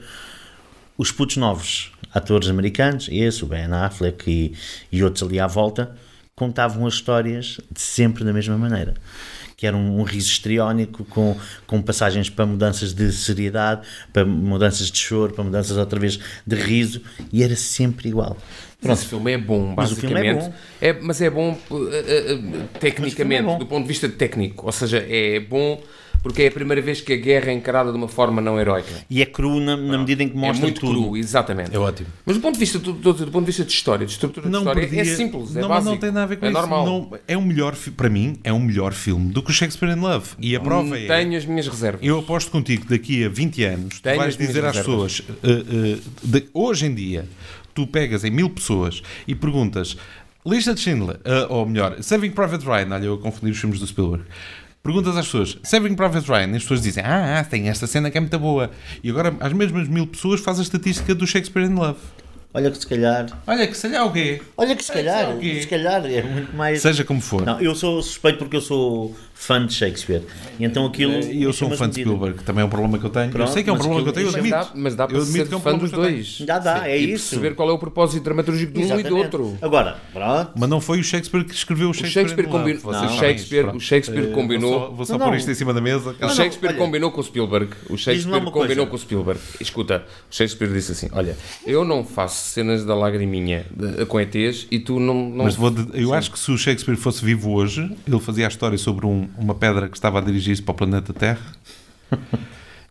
B: os putos novos, atores americanos, esse, o Ben Affleck e, e outros ali à volta, contavam as histórias de sempre da mesma maneira. Que era um, um riso histriónico, com, com passagens para mudanças de seriedade, para mudanças de choro, para mudanças outra vez de riso, e era sempre igual.
D: Mas esse filme é bom,
B: Mas o filme é
D: basicamente. é mas é bom uh, uh, uh,
A: é
D: tecnicamente,
B: bom.
D: do ponto de vista técnico. Ou seja, é bom porque é a primeira vez que a guerra é encarada de uma forma não heroica.
B: E é cru na, na medida em que
D: É
B: mostra
D: muito
B: tudo.
D: cru, exatamente.
A: É ótimo.
D: Mas do ponto de vista, do, do- do ponto de vista de história, de estrutura
A: Não
D: de história,
A: perdia-
D: é simples, é
A: não, mas
D: básico.
A: não tem nada a ver com
D: é
A: isso.
D: normal.
A: Não, é um melhor, fi- para mim, é um melhor filme do que o Shakespeare in Love.
D: Hum,
A: E a prova é...
D: Tenho as minhas reservas.
A: Eu aposto contigo que daqui a 20 anos tu
D: Tenho
A: vais
D: as minhas
A: dizer às
D: reservas.
A: pessoas, eh, eh, de- hoje em dia, tu pegas em mil pessoas e perguntas lista de Schindler, eh, ou melhor, Saving Private Ryan, olha eu a confundir os filmes do Spielberg. Perguntas às pessoas, Saving Private Ryan, e as pessoas dizem, ah, ah, tem esta cena que é muito boa. E agora, as mesmas mil pessoas faz a estatística do Shakespeare in Love.
B: Olha que se calhar.
A: Olha, que sei lá o quê.
B: Olha que se calhar.
A: É, o quê?
B: Se calhar é muito mais.
A: Seja como for.
B: Não, eu sou suspeito porque eu sou fã de Shakespeare. E então aquilo.
D: É,
A: E eu sou um
B: chama-se
A: fã de
B: medida.
A: Spielberg, também é um problema que eu tenho. eu
B: Pronto,
A: sei que é um
B: mas
A: problema que eu tenho,
B: aquilo-
A: eu
D: mas,
A: admito.
D: dá, mas dá para
A: eu admito
D: ser
A: que é um
D: fã
A: problema
D: dos
A: que eu tenho.
D: dois.
B: Já dá,
D: Sim,
B: é
D: e
B: isso.
D: perceber qual é o propósito dramaturgico de um e
B: Exatamente.
D: do outro.
B: Agora, pronto.
A: Mas não foi o Shakespeare que escreveu o
D: O
A: Shakespeare. in
D: Shakespeare
A: Love.
D: combinou.
A: Vocês
D: O
A: sabem
D: é Shakespeare,
A: é isso,
D: o Shakespeare
A: pronto. Eh,
D: combinou.
A: Vou só, vou só
B: Não, não.
A: pôr isto em cima da mesa.
D: O
A: calma.
B: não,
D: Shakespeare
B: olha.
D: combinou com o Spielberg.
B: Diz-me
D: O Shakespeare
B: uma coisa.
D: combinou com o Spielberg. Escuta, o Shakespeare disse assim: Olha, eu não faço cenas da lagriminha de- eh, com ETs e tu não. não...
A: Mas vou de- eu acho que se o Shakespeare fosse vivo hoje, ele fazia a história sobre um- uma pedra que estava a dirigir-se para o planeta Terra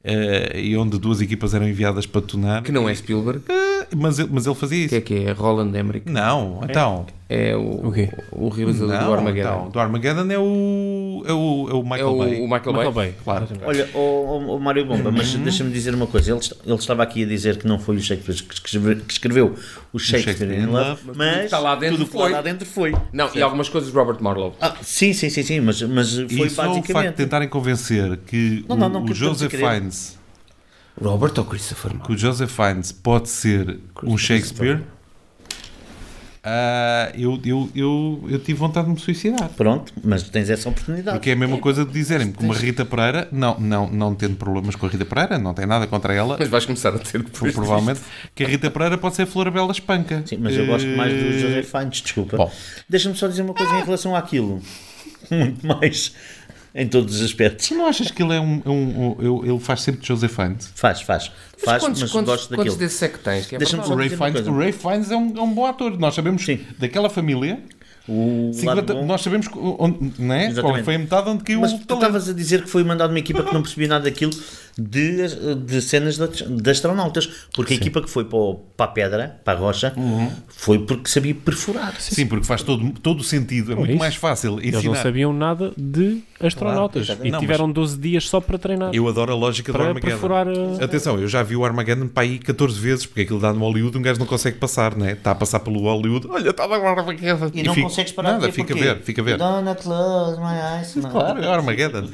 A: eh, e onde duas equipas eram enviadas para detonar.
D: Que não é Spielberg. O
A: Eh, Mas, ele- mas ele fazia isso.
D: que é que é? Roland Emmerich.
A: Não, então.
D: É o,
C: O quê?
D: o realizador
A: não,
D: do
A: então,
D: Armageddon.
A: do Armageddon é o, é o, é o
D: É
A: Michael
D: o,
A: Bay.
D: o Michael, Bay.
C: Michael Bay.
A: Claro.
B: Olha, o Mário Bomba, mas
D: Uhum.
B: deixa-me dizer uma coisa. Ele, est- ele estava aqui a dizer que não foi o Shakespeare que escreve- que escreveu o Shakespeare, in Love,
D: tudo que
B: mas
D: está lá dentro
B: tudo o que
D: foi.
B: lá dentro foi.
D: Não, e algumas coisas de Robert Marlowe.
B: Ah, sim, sim, sim, sim, mas, mas foi
D: é um
A: e só o um facto de
B: basicamente.
A: tentarem convencer que
B: Não,
A: o,
B: não, não,
A: o
B: que estamos a
A: Joseph
B: querer.
A: Fiennes
D: Robert ou Christopher Marlowe?
A: que o Joseph Fiennes pode ser um Shakespeare, ah, eu, eu, eu, eu tive vontade de me suicidar.
B: Pronto, mas tens essa oportunidade.
A: Porque é a mesma coisa de dizerem-me que uma Rita Pereira, não, não, não tendo problemas com a Rita Pereira, não tem nada contra ela,
D: Mas vais começar a ter depois. disto.
A: provavelmente, que a Rita Pereira pode ser a Florabela Espanca. Eh,
B: Sim, mas eu gosto mais do José Fiennes, desculpa.
A: Bom.
B: Deixa-me só dizer uma coisa
D: Ah.
B: em relação àquilo. Muito mais em todos os aspectos.
A: Tu não achas que ele é um. é um- um- eu- ele faz sempre de Joseph Fiennes?
B: Faz, faz.
D: Mas
B: Faz,
D: quantos,
B: mas
D: quantos,
B: gosto daquilo.
D: quantos desses é que tens? Que é
B: Deixa-me
A: O
D: verdade.
B: Só
A: Ray,
B: dizer uma
A: Fiennes,
B: coisa.
A: o Ray Fiennes é um, é um bom ator. Nós sabemos
B: Sim.
A: daquela família,
B: O lado
A: 50
B: bom-
A: nós sabemos que- onde, não é? qual
B: Exatamente.
A: foi a metade onde caiu
B: Mas
A: o
B: tu
A: talento.
B: estavas a dizer que foi mandado uma equipa que não percebia nada daquilo de, de cenas de, de astronautas, porque a equipa que foi para, o- para a pedra, para a rocha, foi porque sabia perfurar.
A: Uhum. Sim, porque faz todo, todo o sentido. É muito
C: isso.
A: mais fácil ensinar.
C: Eles não sabiam nada de astronautas
A: é? Claro,
C: e
A: não,
C: tiveram 12 dias só para treinar.
A: Eu adoro a lógica do
C: Para
A: Armageddon.
C: perfurar, uh,
A: Atenção, eu já vi o Armageddon para aí 14 vezes, porque aquilo dá no Hollywood, um gajo não consegue passar, né? Está a passar pelo Hollywood, olha, está lá o Armageddon.
B: E, não
A: fica-
B: consegues parar
A: Nada,
B: de ver
A: fica a
B: porquê?
A: ver, fica a ver.
B: Donna close my eyes. não.
A: Claro, é o Armageddon.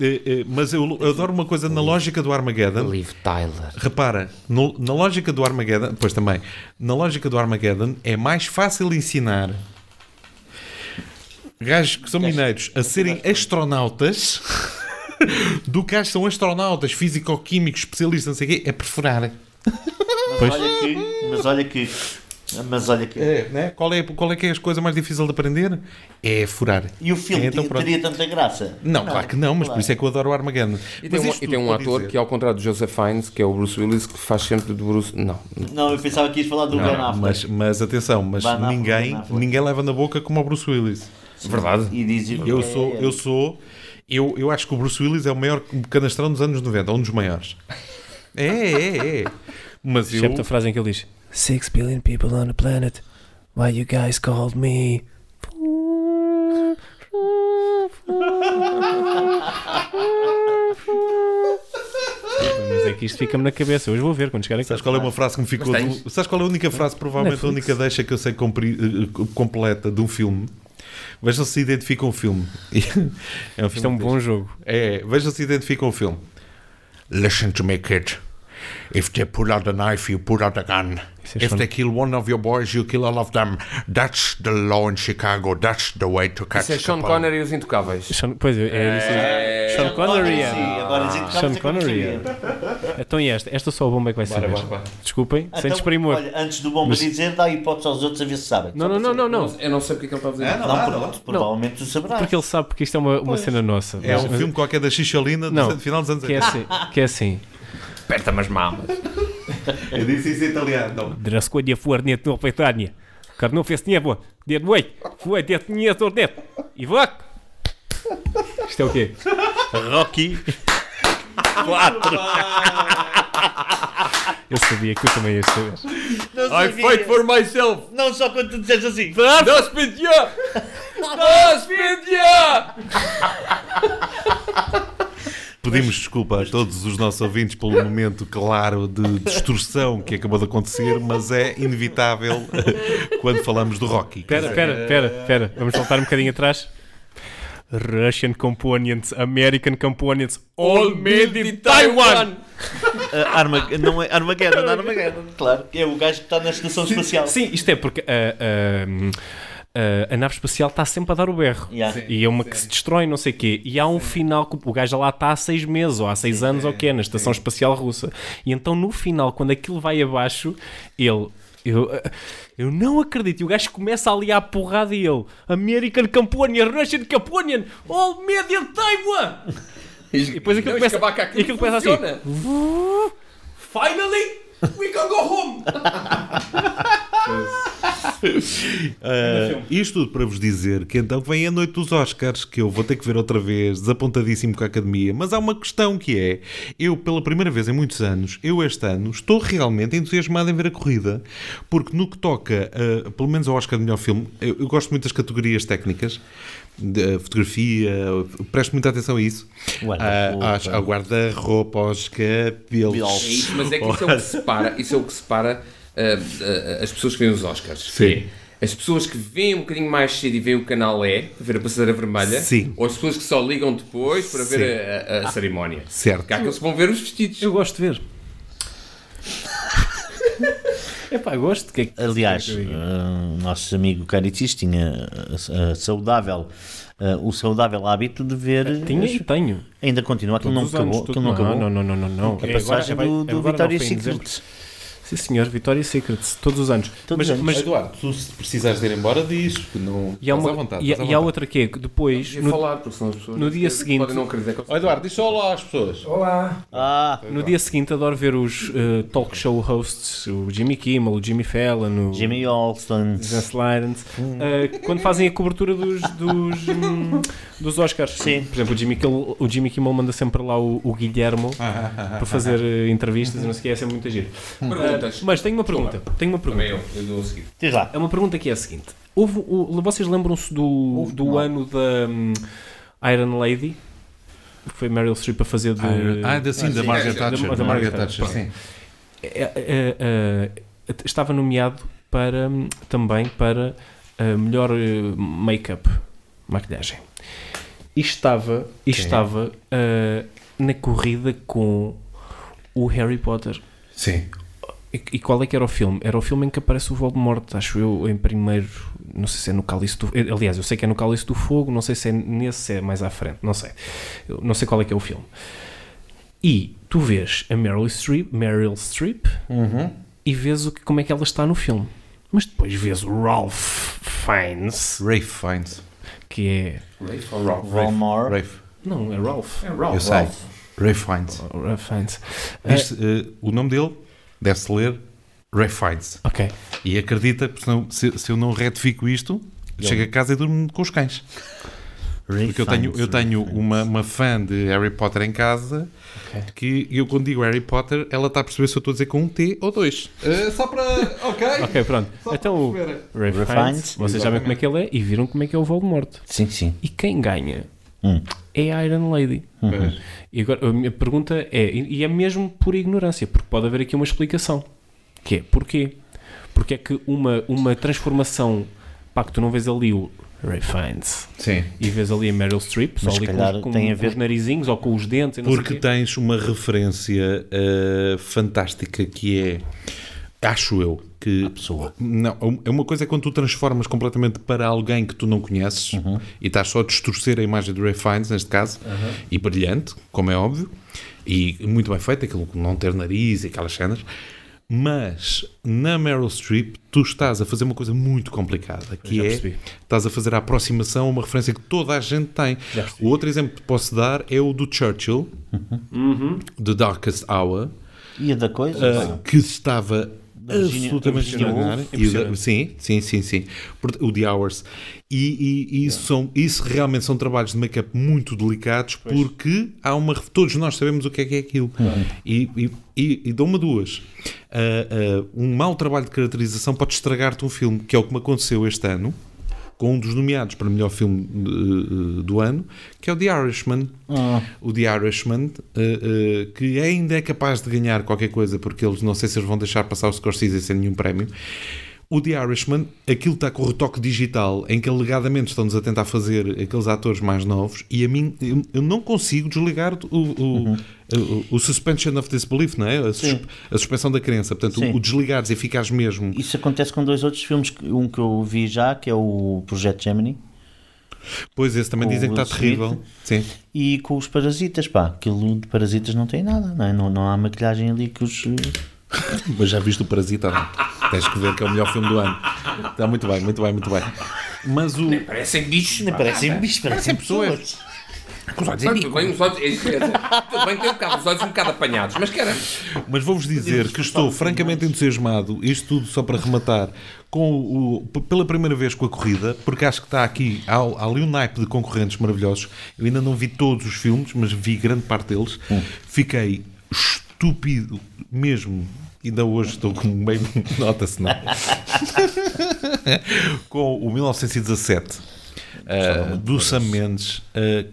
A: Eh, eh, Mas eu eu adoro uma coisa na lógica do Armageddon.
D: Liv Tyler.
A: Repara, no- na lógica do Armageddon, pois também, na lógica do Armageddon é mais fácil ensinar gajos que são mineiros a serem astronautas do que gajos que são astronautas, físico-químicos, especialistas, não sei o quê, é perfurar.
B: Mas olha que, mas olha que, mas olha que.
A: É, né? qual, é, qual é que é a coisa mais difícil de aprender? É furar.
B: E o filme
A: Então,
B: tinha-
A: pronto.
B: teria tanta graça?
A: Não, claro que não, mas por
B: claro.
A: isso é que eu adoro o Armageddon.
D: E
A: Mas
D: tem, um,
A: isto
D: e tem
A: tudo
D: um
A: para
D: ator
A: dizer-
D: que, ao contrário do Joseph Fiennes, que é o Bruce Willis, que faz sempre de Bruce. Não,
B: Não, eu pensava que ias falar do Ben Affleck.
A: Mas, mas atenção, mas
B: Vai na-
A: ninguém,
B: vai na-
A: ninguém leva na boca como o Bruce Willis.
D: verdade.
B: E "É, dizia
A: Eu sou, eu sou, eu, eu acho que o Bruce Willis é o maior canastrão dos anos 90, um dos maiores. É, é, é. Mas eu,
C: Excepto a frase em que ele diz:
G: Six billion people on the planet. Why you guys called me?
C: Mas é que isto fica-me na cabeça. Hoje vou ver quando chegar a
A: Sabes
C: casa.
A: qual é uma frase que me ficou.
D: Mas tens?
A: Do, sabes qual é a única frase, provavelmente a única deixa que eu sei compri- eh, completa de um filme? Vejam se identificam o filme. É um
C: Isto é um
A: que
C: bom jogo.
A: É, vejam se identificam o filme. Listen to me, kid. If they pull out a knife, you pull out a gun.
C: Isso é
A: If
C: excelente.
A: they kill one of your boys, you kill all of them. That's the law in Chicago. That's the way to catch
D: Isso é Sean
A: the ball.
D: Connery e os Intocáveis.
C: Sean- pois é, é isso. Sean Connery. é. Sean Connery. é. Então e esta? Esta só a bomba é que vai saber.
D: bora, bora.
A: Ah,
C: Desculpem,
A: então,
C: sem desprimor.
B: Olha, antes do bomba dizer, dá hipótese aos outros a ver se sabem.
C: não, não, não, não, não.
D: Eu não sei porque é que ele está a dizer.
B: Não, por- provavelmente tu sabrás.
C: Porque ele sabe porque isto é uma, uma cena nossa.
A: É
C: Mas-
A: um
C: mas-
A: filme qualquer da Xixolina
C: Não,
A: do final dos anos
C: que é
A: 80.
C: assim. Que é assim.
D: Aperta-me as mamas.
A: Eu disse isso em italiano. não.
C: Расходе фуарнетного питания. Корнуфес не было. Дед мой, фуарнет не турнет. Ивак. Isto é o quê?
B: Rocky.
C: Eu sabia que tu também ias saber.
B: Não
D: I
B: sabia.
D: fight for myself.
B: Não só quando tu dizes assim.
C: Ah,
D: Não spit ya! Não spit ya!
A: Pedimos desculpa a todos os nossos ouvintes pelo momento claro de distorção que acabou de acontecer, mas é inevitável quando falamos do Rocky.
C: Espera, espera, espera, espera. Vamos voltar um bocadinho atrás. Russian components, American components, all made in Taiwan.
B: Ah, Arma, não é Armageddon, não é Armageddon, claro. É o gajo que está na estação espacial.
C: Sim, isto é porque a, a, a, nave espacial está sempre a dar o berro.
B: Yeah. Sim,
C: e é uma que se destrói, não sei o quê. E há um final que o gajo lá está há seis meses, ou há seis anos, ou o quê, na Estação Espacial Russa. E então no final, quando aquilo vai abaixo, ele. Eu, ah, eu não acredito. E o gajo começa ali à porrada e ele American Camponian, Russian Camponian, All Media Taiwan!
D: E
C: depois aquilo começa- e aquilo começa assim.
D: Finally, we can go home.
A: Ah, isto tudo para vos dizer que então vem a noite dos Oscars, que eu vou ter que ver outra vez, desapontadíssimo com a academia. Mas há uma questão que é: eu, pela primeira vez em muitos anos, eu este ano, estou realmente entusiasmado em ver a corrida, porque no que toca, ah, pelo menos ao Oscar de melhor filme, eu, eu gosto muito das categorias técnicas. De eh, fotografia, presto muita atenção a isso.
B: Guarda-roupa.
A: Ah, aos- ao guarda-roupa, aos
B: Bilhões.
A: cabelos.
D: Isso, mas é que isso é o que separa, isso é o que separa ah, ah, as pessoas que veem os Oscars. É,
A: Sim.
D: As pessoas que veem um bocadinho mais cedo e veem o canal E, para ver a passadeira vermelha,
A: Sim.
D: ou as pessoas que só ligam depois para ver a, a- a cerimónia.
A: Certo.
D: Cá que eles vão ver os vestidos.
C: Eu gosto de ver. Epá, gosto. Que é que-
B: Aliás, ah, o nosso amigo Caritis tinha ah, ah, saudável, ah, o saudável hábito de ver.
C: Tinha e tenho.
B: Ainda continua, aquilo não
C: Todos os anos,
B: acabou.
C: tudo-
B: Aquilo não acabou.
C: Não, não, não, não, não.
B: A
C: É
B: passagem
C: agora-
B: do,
C: é
B: do
C: agora
B: Vitória
C: não, foi em dezembro.
B: Secret.
C: Sim, senhor, Vitória Secrets, todos os anos.
B: Todos os anos.
C: mas-
A: Eduardo, tu se precisares de ir embora, diz que não.
C: e há, uma-
A: estás à vontade,
C: e há-
A: estás à
C: e há
A: vontade.
C: outra que é que depois,
D: Devia
C: no,
D: falar, porque senão as pessoas
C: no
D: podem
C: dia seguinte-
D: não acreditar que eu-
A: Ó, Eduardo, diz só olá às pessoas.
B: Ah,
C: no dia seguinte, adoro ver os eh, talk show hosts, o Jimmy Kimmel, o Jimmy Fallon, o
B: Jimmy Olsen.
C: Jens Lyrens, quando fazem a cobertura dos, dos, hum, dos Oscars.
B: Sim.
C: Por exemplo, o Jimmy, Kimmel, o Jimmy Kimmel manda sempre lá o, o Guilhermo para fazer eh, entrevistas e não sei o que, é sempre muito giro. Eh,
D: Perguntas.
C: Mas tenho uma pergunta, tenho uma pergunta.
D: Também eu, eu dou a seguir.
B: Diz lá.
C: É uma pergunta que é a seguinte: Houve o- vocês lembram-se do, do ano da hum, Iron Lady? Que foi Meryl Streep a fazer de.
A: Ah, da, sim, da Margaret
D: da-
A: Thatcher.
C: da
A: da
C: Margaret
A: Margaret Thatcher, sim.
C: É, é, é, é, estava nomeado para hum, também para eh, melhor eh, make-up, maquilhagem. E estava, e estava eh, na corrida com o Harry Potter.
A: Sim.
C: E, e qual é que era o filme? Era o filme em que aparece o Voldemort, acho eu, em primeiro. Não sei se é no Cálice do eh, Aliás, eu sei que é no Cálice do Fogo, não sei se é nesse, se é mais à frente, não sei. Eu não sei qual é que é o filme. E tu vês a Meryl Streep, Meryl Streep e vês o que, como é que ela está no filme. Mas depois vês o Ralph Fiennes,
A: Rafe Fiennes.
C: que é.
D: Rafe ou Rob?
B: Valmore.
A: Rafe.
C: Não, é Ralph.
D: É Rob.
A: Eu sei. Rafe Fiennes.
C: Ralph Fiennes.
A: Diz-se, eh, o nome dele deve-se ler Rafe Fiennes.
C: Ok.
A: E acredita, porque senão, se, se eu não retifico isto, chego a casa e durmo com os cães. Porque eu tenho, eu tenho
C: um-
A: uma, uma fã de Harry Potter em casa que eu, quando digo Harry Potter, ela está a perceber se eu estou a dizer com um T ou dois. Eh, só para. Ok?
C: Ok, pronto.
A: Só
C: Então o
A: para perceber.
C: Ralph
B: Ralph
C: Fiennes,
B: Fiennes,
C: vocês sabem como é que ele é e viram como é que é o Voldemort.
B: Sim, sim.
C: E quem ganha
B: Hum. Uhum.
C: é a Iron Lady. E agora, a minha pergunta é, e e é mesmo por ignorância, porque pode haver aqui uma explicação, que é porquê? Porque é que uma, uma transformação, pá, que tu não vês ali o Ray Fiennes
A: Sim.
C: e vês ali a Meryl Streep, só
B: Mas se
C: ali com,
B: calhar
C: os- com,
B: tem a
C: com
B: ver-
C: os narizinhos ou com os dentes, e não sei o
A: Porque
C: quê.
A: tens uma referência eh, fantástica que é, acho eu, que. pessoa. Não, é uma coisa é quando tu transformas completamente para alguém que tu não conheces
C: Uhum.
A: e estás só a distorcer a imagem do Ray Fiennes, neste caso, e brilhante, como é óbvio, e muito bem feito, aquilo com não ter nariz e aquelas cenas. Mas na Meryl Streep tu estás a fazer uma coisa muito complicada, que
C: Já
A: é
C: percebi.
A: estás a fazer a aproximação a uma referência que toda a gente tem. O outro exemplo que posso dar é o do Churchill, The Darkest Hour,
B: E a da coisa?
C: Ah.
A: uh, que estava
B: Virginia-
A: absolutamente
B: da Virginia
A: extraordinário. E o da- Sim, sim, sim, sim. Porta- O The Hours. E, e- e isso, são, isso realmente são trabalhos de make-up muito delicados porque há uma. ref- Todos nós sabemos o que é que é aquilo. E, e, e, e dou-me duas. Uh, uh, um mau trabalho de caracterização pode estragar-te um filme, que é o que me aconteceu este ano. Com um dos nomeados para melhor filme uh, uh, do ano, que é o The Irishman
B: Ah.
A: o The Irishman, eh, eh, que ainda é capaz de ganhar qualquer coisa, porque eles não sei se eles vão deixar passar o Scorsese sem nenhum prémio. O The Irishman, aquilo está com o retoque digital, em que alegadamente estão-nos a tentar fazer aqueles atores mais novos, e a mim, eu, eu não consigo desligar o, o,
B: Uhum.
A: o- o suspension of disbelief, não é? A, sus- a suspensão da crença. Portanto,
B: Sim.
A: o, o desligares e ficares mesmo.
B: Isso acontece com dois outros filmes, que- um que eu vi já, que é o Projeto Gemini,
A: Pois, esse também
B: O
A: dizem que está
B: Will
A: terrível. Sim.
B: e com os Parasitas, pá, aquilo de Parasitas não tem nada, não, é? não, não há maquilhagem ali que os...
A: Mas já viste o Parasita? não? Tens que ver que é o melhor filme do ano. Está muito bem, muito bem, muito bem. Mas o,
D: Parecem bichos, não
B: Parecem bichos, parecem
A: pessoas.
B: pessoas.
D: Tudo bem, os olhos. é isso que eu ia dizer. Tudo bem, tem um bocado os olhos um bocado apanhados, mas caramba.
A: Mas vou-vos dizer que estou francamente entusiasmado, isto tudo só para rematar, com o, o- p- pela primeira vez com a corrida, porque acho que está aqui, há, há ali um naipe de concorrentes maravilhosos. Eu ainda não vi todos os filmes, mas vi grande parte deles. Fiquei estúpido mesmo. Ainda hoje estou com meio. Nota-se, não? é? com o 1917 uh, do Sam Mendes, uh,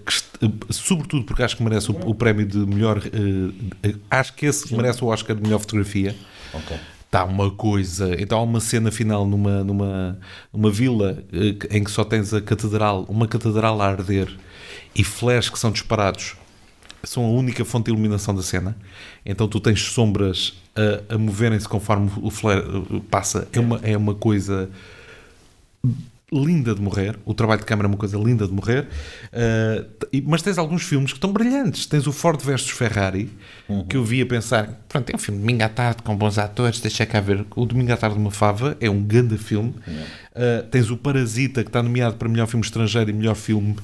A: que est- uh, sobretudo porque acho que merece o, o prémio de melhor. uh, de- acho que esse merece o Oscar de melhor fotografia. Está uma coisa. Então há uma cena final numa, numa, numa vila uh, que- em que só tens a catedral, uma catedral a arder e flares que são disparados são a única fonte de iluminação da cena. Então tu tens sombras a, a moverem-se conforme o flare uh, passa. É uma, é uma coisa linda de morrer. O trabalho de câmara é uma coisa linda de morrer. Uh, t- e- mas tens alguns filmes que estão brilhantes. Tens o Ford versus Ferrari, que eu vi a pensar: pronto, é um filme de domingo à tarde com bons atores. Deixa cá ver. O Domingo à Tarde de uma Fava é um grande filme. Uh, tens o Parasita, que está nomeado para melhor filme estrangeiro e melhor filme.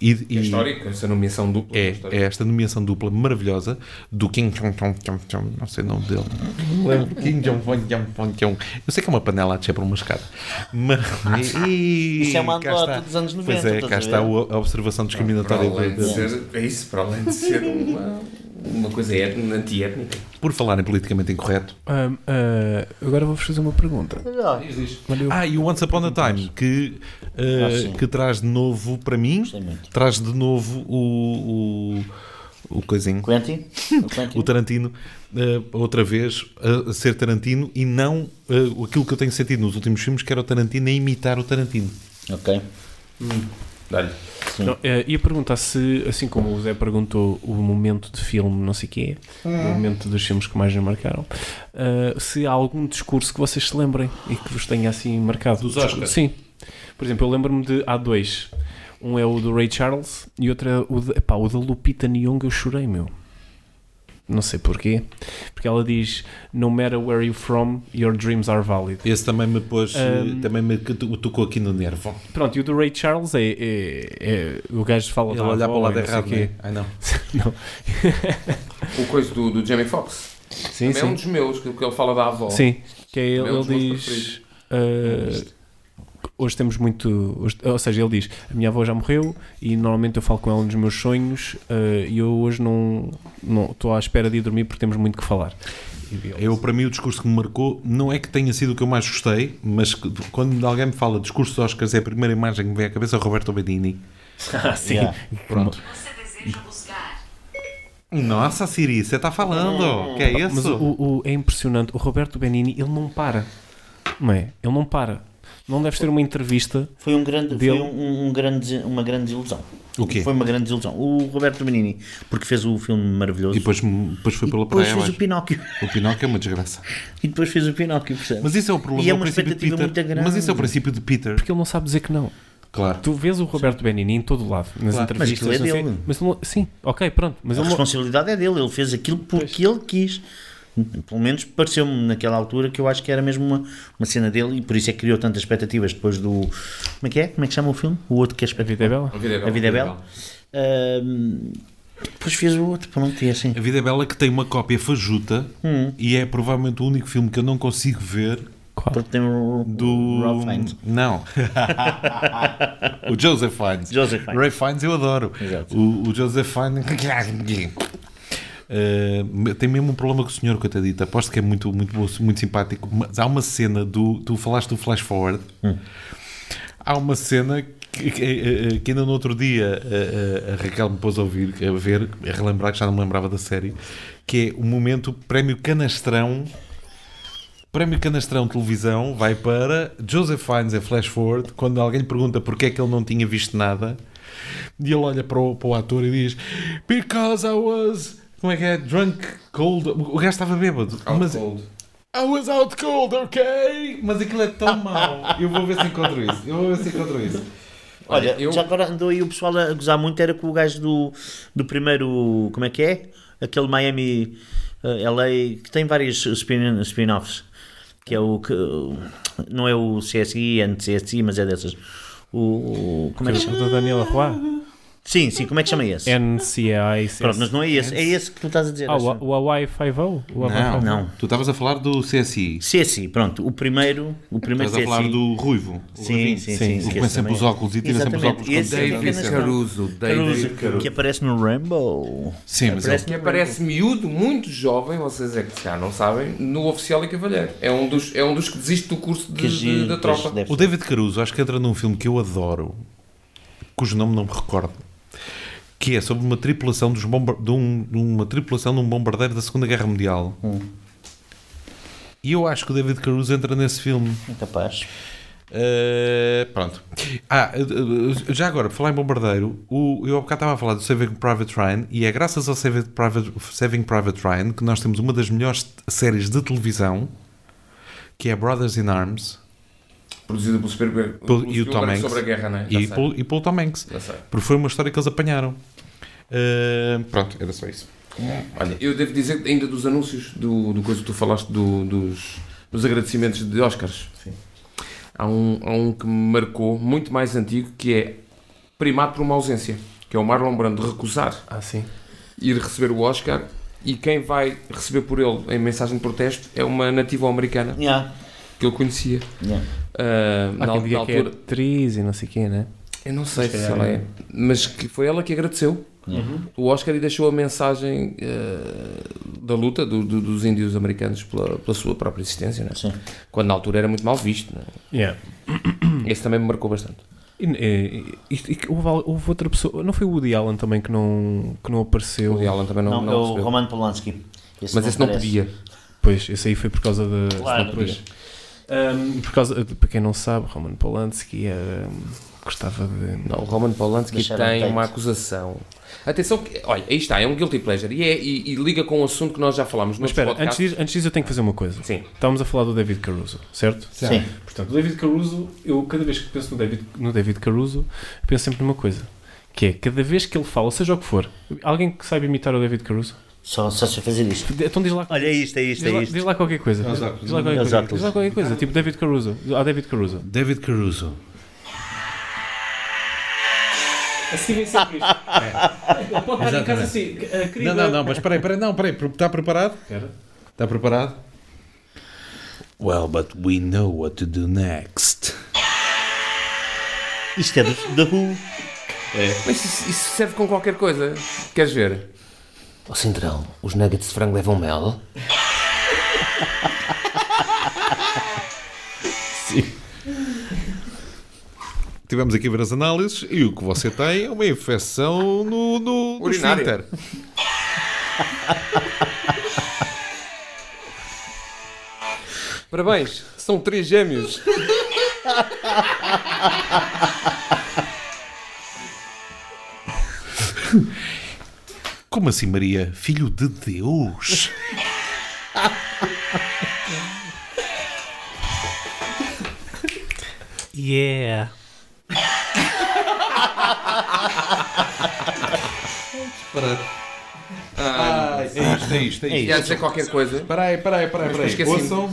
A: E, e-
D: É histórico, essa nomeação dupla.
A: é,
D: histórica.
A: é esta nomeação dupla maravilhosa do Kim Jong Chong Chong Chong, não sei o nome dele. Lembro, Kim Jong Pong Jong Pong Jong. Eu sei que é uma panela a descer por uma escada. Mas,
B: Ah, Isso é uma
A: cá
B: anedota
A: está.
B: dos anos 90,
A: Pois é,
B: estás
A: cá
B: a
A: está
B: ver?
A: o- a observação
D: Para
A: discriminatória.
D: além
A: do-
D: de
A: do-
D: ser, é isso, para além de ser uma, uma coisa étnica, anti-étnica.
A: Por falar em politicamente incorreto.
C: Ah, ah, agora vou-vos fazer uma pergunta. Quando eu-
A: Ah, e o Once Upon a Time, que, eh,
B: Ah, sim.
A: que traz de novo, para mim,
B: muito.
A: traz de novo o, o, o coisinho.
B: Quentin? O Quentin?
A: o Tarantino eh, outra vez a ser Tarantino e não eh, aquilo que eu tenho sentido nos últimos filmes que era o Tarantino a imitar o Tarantino
B: Ok.
D: Dá-lhe.
C: Não, eh, ia perguntar se, assim como o Zé perguntou o momento de filme, não sei o quê, o momento dos filmes que mais me marcaram, eh, se há algum discurso que vocês se lembrem e que vos tenha assim marcado. Dos
A: Oscars?
C: Sim. Por exemplo, eu lembro-me de há dois. Um é o do Ray Charles e outro é o, de, epá, o da Lupita Nyong'o, eu chorei, meu. Não sei porquê. Porque ela diz, no matter where you're from, your dreams are valid.
A: esse também me pôs eh,
C: Ahm.
A: também me to- tocou aqui no nervo
C: Pronto, e o do Ray Charles é, é- é- o gajo fala
A: ele
C: da
A: olhar para
C: avó
A: o
C: e
A: lado
C: não sei
A: errado
C: o quê.
A: né? Ai, não.
C: Não.
D: O coisa do, do Jamie Foxx.
C: Sim,
D: Também é um
C: sim.
D: dos meus, que que ele fala da avó.
C: Sim, que é ele,
D: Também é um dos
C: ele
D: meus
C: diz. ah, hoje temos muito. hoje- ou seja, ele diz: A minha avó já morreu e normalmente eu falo com ela nos meus sonhos ah, e eu hoje não não- estou à espera de ir dormir porque temos muito que falar. E ele-
A: eu para mim o discurso que me marcou não é que tenha sido o que eu mais gostei mas que- quando alguém me fala discurso dos Oscars é a primeira imagem que me vem à cabeça é o Roberto Benini
C: Ah, sim.
B: Yeah.
A: Pronto. Nossa, Siri, você tá falando. Que é
C: Mas
A: isso?
C: o, o- é impressionante, o Roberto Benini, ele não para. Não é? Ele não para. Não deves ter uma entrevista.
B: Foi, um grande, foi
C: Dele.
B: um, um- um grande, uma grande desilusão.
A: O quê?
B: Foi uma grande desilusão. O Roberto Benini, porque fez o filme maravilhoso.
A: E depois, depois foi pela praia
B: depois fez o
A: abaixo.
B: Pinóquio.
A: O Pinóquio é uma desgraça.
B: E depois fez o Pinóquio, percebes?
A: Mas isso é o problema.
B: E é
A: o
B: uma
A: princípio de
B: expectativa
A: Peter.
B: muito grande.
A: Mas isso é o princípio de Peter.
C: Porque ele não sabe dizer que não.
A: Claro.
C: Tu vês o Roberto Benini em todo lado, nas
A: Claro.
C: entrevistas.
B: Mas aquilo é
C: não sei-
B: dele.
C: mas ele não- sim, ok, pronto. Mas
B: A
C: ele não-
B: responsabilidade é dele, ele fez aquilo porque ele quis. Pelo menos pareceu-me naquela altura que eu acho que era mesmo uma, uma cena dele e por isso é que criou tantas expectativas depois do. Como é que é? Como é que chama o filme? O outro que é
C: A vida é
B: espetacular.
C: bela.
D: A vida é bela.
B: A vida é bela. Ahm, depois fez o outro, pronto, e assim.
A: A Vida é Bela que tem uma cópia fajuta
B: Hum.
A: e é provavelmente o único filme que eu não consigo ver
B: Porque tem o
A: do...
B: Ralph Fiennes.
A: Não. o Joseph Fiennes.
B: Joseph Fiennes.
A: Ray Fiennes eu adoro.
B: Exato.
A: O, o Joseph Fiennes... Uh, tem mesmo um problema com o senhor, coitadito. Aposto que é muito, muito, bom, muito simpático. Mas há uma cena do. Tu falaste do flash forward.
B: Hum.
A: Há uma cena que, eh, que- que ainda no outro dia eh, a, a- a Raquel me pôs a ouvir, a ver, a relembrar, que já não me lembrava da série, que é o momento prémio canastrão. Prémio Canastrão Televisão vai para Joseph Fiennes em Flash Forward, quando alguém lhe pergunta porque é que ele não tinha visto nada, e ele olha para o, para o ator e diz: Because I was. Como é que é? Drunk, cold. O gajo estava bêbado. mas,
D: Cold.
A: I was out cold, ok? Mas aquilo é tão mau. Eu vou ver se encontro isso. Eu vou ver se encontro isso.
B: Olha,
D: Olha, eu-
B: já agora andou aí o pessoal a gozar muito, era com o gajo do, do primeiro. Como é que é? Aquele Miami eh, LA que tem vários spin- spin-offs. que é o que. Não é o CSI, anti-CSI, mas é dessas. O. o- Como é que chama?
C: Do Daniel Arroy.
B: Sim, sim, como é que chama esse?
C: NCAI.
B: Pronto, mas não é esse, é esse que tu estás a dizer.
C: Ah,
B: acho.
C: o, o Hawaii 5
A: Não,
B: Não.
A: Tu estavas a falar do CSI.
B: CSI, pronto, o primeiro. O primeiro
A: Estavas a falar
B: CSI.
A: do Ruivo. o
B: Sim,
A: Ruivinho.
B: sim,
C: Sim,
B: sim.
A: O que
C: o
B: esse
A: põe sempre
B: também
A: os
B: é.
A: óculos e tira sempre os
B: Exatamente,
A: óculos. quando
B: esse
A: tem
B: é
A: David
B: apenas-
A: Caruso.
D: Caruso.
B: Caruso,
D: David Caruso.
B: que aparece no Rambo.
A: Sim, mas
B: Aparece
A: ele...
D: Que aparece miúdo, muito jovem, vocês é que se calhar não sabem, no Oficial e Cavalheiro. É um dos, é um dos que desiste do curso de-
B: Que
D: de-
B: giro,
D: da
B: pois,
D: tropa.
B: deve
A: O
B: ser.
A: David Caruso acho que entra num filme que eu adoro, cujo nome não me recordo, que é sobre uma tripulação dos bomba- de, um- de uma tripulação de um bombardeiro da Segunda Guerra Mundial.
B: Hum.
A: E eu acho que o David Caruso entra nesse filme.
B: Capaz.
A: Uh, pronto. Ah, uh, uh, já agora, por falar em bombardeiro, o, eu há bocado estava a falar do Saving Private Ryan e é graças ao Saving Private, Saving Private Ryan que nós temos uma das melhores t- séries de televisão que é Brothers in Arms
D: Produzido pelo Spielberg,
A: pelo-
D: pelo
A: e o Tom
D: Spielberg
A: Hanks
D: sobre a guerra, né? Já
A: e,
D: sei.
A: pelo, e pelo Tom Hanks.
D: Já sei.
A: Porque foi uma história que eles apanharam. Uh, pronto, era só isso.
D: Olha, eu devo dizer que ainda dos anúncios do, do coisa que tu falaste do- dos, dos agradecimentos de Oscars. Há um, há um que me marcou muito mais antigo que é primado por uma ausência, que é o Marlon Brando recusar
C: Ah, sim.
D: ir receber o Oscar e quem vai receber por ele em mensagem de protesto é uma nativa americana
B: Yeah,
D: que eu conhecia.
B: yeah.
D: Ah,
C: Há
D: na,
C: quem
D: na
C: diga que é
D: altura,
C: atriz e não sei quem, né?
D: eu não sei se ela é, mas que foi ela que agradeceu o Oscar e deixou a mensagem eh, da luta do- do- dos índios americanos pela, pela sua própria existência, né?
B: Sim.
D: quando na altura era muito mal visto. né?
C: Yeah. Hum.
D: Esse também me marcou bastante.
C: E, e- isto- e que houve, al- houve outra pessoa, não foi o Woody Allen também que não, que não apareceu?
D: O de Allen também não,
B: Não,
D: não,
B: é o
D: recebeu.
B: Roman Polanski.
D: mas esse não
B: parece.
D: podia.
C: Pois, esse aí foi por causa da.
B: Claro.
C: Pois. Ahm, por causa, para quem não sabe, Roman Polanski ahm, gostava de.
D: Não, o Roman Polanski
B: Deixaram
D: tem
B: Tate.
D: uma acusação. Atenção, que, olha, aí está, é um guilty pleasure e, é- e- e liga com um assunto que nós já falámos no
C: Mas espera, antes
D: podcast.
C: disso, antes disso eu tenho que fazer uma coisa.
D: Sim.
C: Estávamos a falar do David Caruso, certo?
B: Sim.
C: Portanto, o David Caruso, eu cada vez que penso no David, no David Caruso, penso sempre numa coisa. Que é, cada vez que ele fala, seja o que for, alguém que saiba imitar o David Caruso,
B: Só, só se fazer isto.
C: então diz lá,
B: Olha isto, é isto,
C: diz
B: é
C: lá,
B: isto.
C: diz lá qualquer coisa. Diz lá qualquer
B: Os
C: coisa.
B: óculos.
C: Diz lá qualquer coisa, tipo David Caruso. Ah, David Caruso.
A: David Caruso.
C: Assim vem sempre isto. Pode estar em casa assim,
A: Não, não, não, mas peraí, peraí, não, peraí, porque está preparado? Está preparado? Well, but we know what to do next.
B: Isto é do- da Who.
D: Mas isso, isso serve com qualquer coisa. Queres ver? Ó Cintrão, os nuggets de frango levam mel? Sim.
A: Tivemos aqui a ver as análises e o que você tem é uma infecção no, no, no
D: Urinário.
A: esfíncter.
D: Parabéns, são três gêmeos.
A: Como assim, Maria? Filho de Deus?
E: Yeah.
A: É isto, é isto, é
D: Ia dizer qualquer coisa.
A: Espera aí, espera aí, espera aí, espera aí.
D: esqueci-me.
A: Ouçam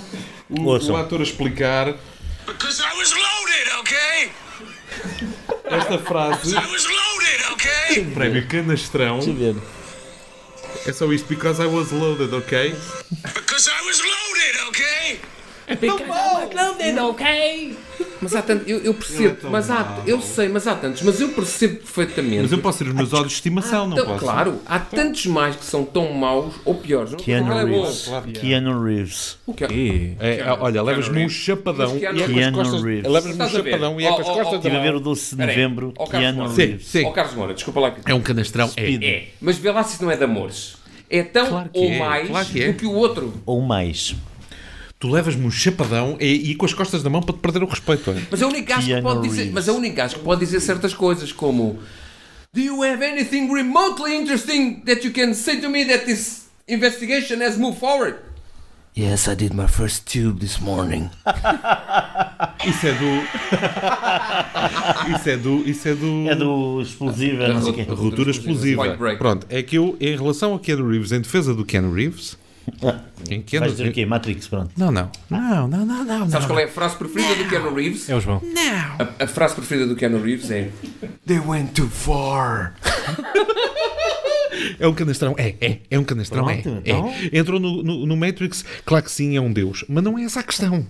A: o,
B: Ouçam.
A: o ator a explicar
H: Because I was loaded, okay?
A: esta frase.
H: I was loaded, okay?
A: Prémio Canastrão.
B: ver.
A: É só isto, because I was loaded, ok?
H: Because I was loaded, okay?
D: Mas há tanto, eu, eu
A: Ele é
D: percebo,
A: tão
D: mas há,
A: mau.
D: eu sei, mas há tantos, mas eu percebo perfeitamente.
A: Mas eu posso ter os meus olhos de estimação, não
D: Então,
A: posso?
D: Claro, há tantos mais que são tão maus ou piores. Não
B: Keanu
D: Qual é bom?
B: Reeves. Keanu Reeves.
D: O que é?
C: E...
A: É, é, olha, levas-me um
D: Mas
A: chapadão e é
D: Keanu
A: com as
B: Reeves.
A: costas.
B: Keanu Reeves.
A: Levas-me um
D: Estás a ver?
A: chapadão e é com as
D: Oh, oh, oh,
A: costas.
B: Estive a
A: da-
B: ver o 12 de
D: Peraí,
B: novembro,
D: ó, Carlos
B: Keanu
D: Moura.
A: Sim,
B: Reeves.
A: sim.
D: Ó Carlos Moura, desculpa lá.
A: É um canastrão. É.
D: É, mas vê lá se isso não é de amores. É tão
A: Claro que
D: ou
A: é,
D: mais
A: claro que é.
D: do que o outro.
B: Ou mais.
A: Tu levas-me um chapadão e, e com as costas da mão para te perder o respeito. olha.
D: Mas é o único gajo que
B: Keanu
D: pode dizer,
B: Reeves.
D: mas é o único gajo que pode dizer certas coisas como Do you have anything remotely interesting that you can say to me that this investigation has moved forward?
G: Yes, I did my first tube this morning.
A: Isso é do. isso é do. Isso é do.
B: É do explosivo, não sei o quê.
A: Ruptura explosiva.
D: Point break.
A: Pronto, é que eu, em relação a Keanu Reeves, em defesa do Keanu Reeves. Em Keanu
B: Vais dizer o quê? Matrix, pronto.
A: Não, não. Não, não, não, não.
D: Sabes
A: não.
D: qual é a frase preferida do Keanu Reeves?
C: É o João.
D: A, a frase preferida do Keanu Reeves é They went too far.
A: É um canastrão, é, é, é um canastrão, é,
B: Pronto,
A: é.
B: então.
A: Entrou no, no, no Matrix, claro que sim, é um deus, mas não é essa a questão.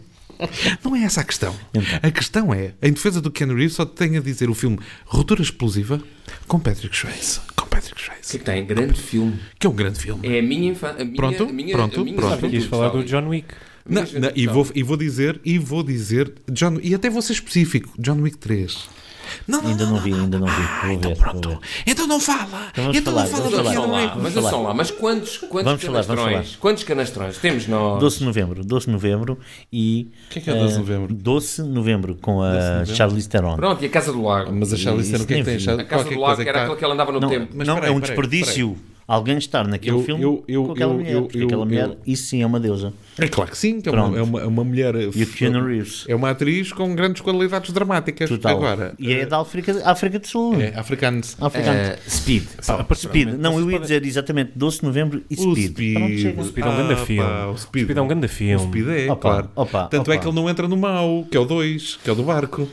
A: Não é essa a questão.
B: Então.
A: A questão é, em defesa do Keanu Reeves, só tenho a dizer o filme Ruptura Explosiva com Patrick Swayze. Com Patrick
D: Que
A: Swayze.
D: tem grande filme.
A: Que é um grande filme.
D: É a minha infância.
A: Pronto,
D: a minha,
A: pronto,
D: a minha
A: pronto.
D: juventude,
C: Quis falar do
D: sabe?
C: John Wick.
A: Não,
D: Mas,
A: não, e,
D: então.
A: vou, e vou dizer, e vou dizer, John, e até vou ser específico, John Wick 3. Não, não,
B: Ainda não vi, ainda não vi. Vou ver,
A: então
B: vou
A: pronto.
B: ver.
A: Então não fala.
B: Então vamos
A: então
B: falar,
A: não fala
B: vamos
A: do
B: falar.
A: Keanu
D: Vamos
A: Reeves.
D: lá, mas
B: falar.
D: ouçam lá, mas quantos, quantos
B: Vamos falar,
D: canastrões?
B: vamos
D: Quantos canastrões temos nós?
B: 12 de novembro, 12 de novembro e. O
A: que é que é 12 de novembro?
B: 12 de novembro com a Charlize Theron.
D: Pronto, e a Casa do Lago.
A: Mas a Charlize Theron, o que é que
B: Isso
A: tem?
B: nem vi.
A: Char-
D: a Casa
A: qualquer
D: do Lago
A: coisa
D: que era
A: tá-
D: aquela que ela andava no
B: Não,
D: tempo.
A: mas
B: não
A: peraí,
B: é um
A: peraí,
B: desperdício alguém estar naquele
A: Eu-
B: filme
A: eu- eu-
B: com aquela
A: eu-
B: mulher,
A: eu-
B: porque
A: eu-
B: aquela mulher,
A: eu-
B: isso sim é uma deusa.
A: É claro que sim, que é
B: Pronto.
A: uma, é, uma, é uma mulher.
B: E o Keanu Reeves.
A: É uma atriz com grandes qualidades dramáticas.
B: Total.
A: Agora. eh,
B: e é assim. Ah, da África, África do Sul.
A: é, africanos.
B: África do Sul.
D: Eh, Speed.
B: Pá, Speed. Não, eu ia dizer exatamente 12 de novembro e
A: O
B: Speed. Então Pronto, chega.
A: Speed.
C: é um grande
A: Ah, pá,
C: filme.
A: O Speed.
C: Speed é um grande filme.
A: O Speed é,
B: Opa,
A: claro.
B: opa,
A: Tanto é
B: opa.
A: que ele não entra no mau, que é o 2, que é o do barco.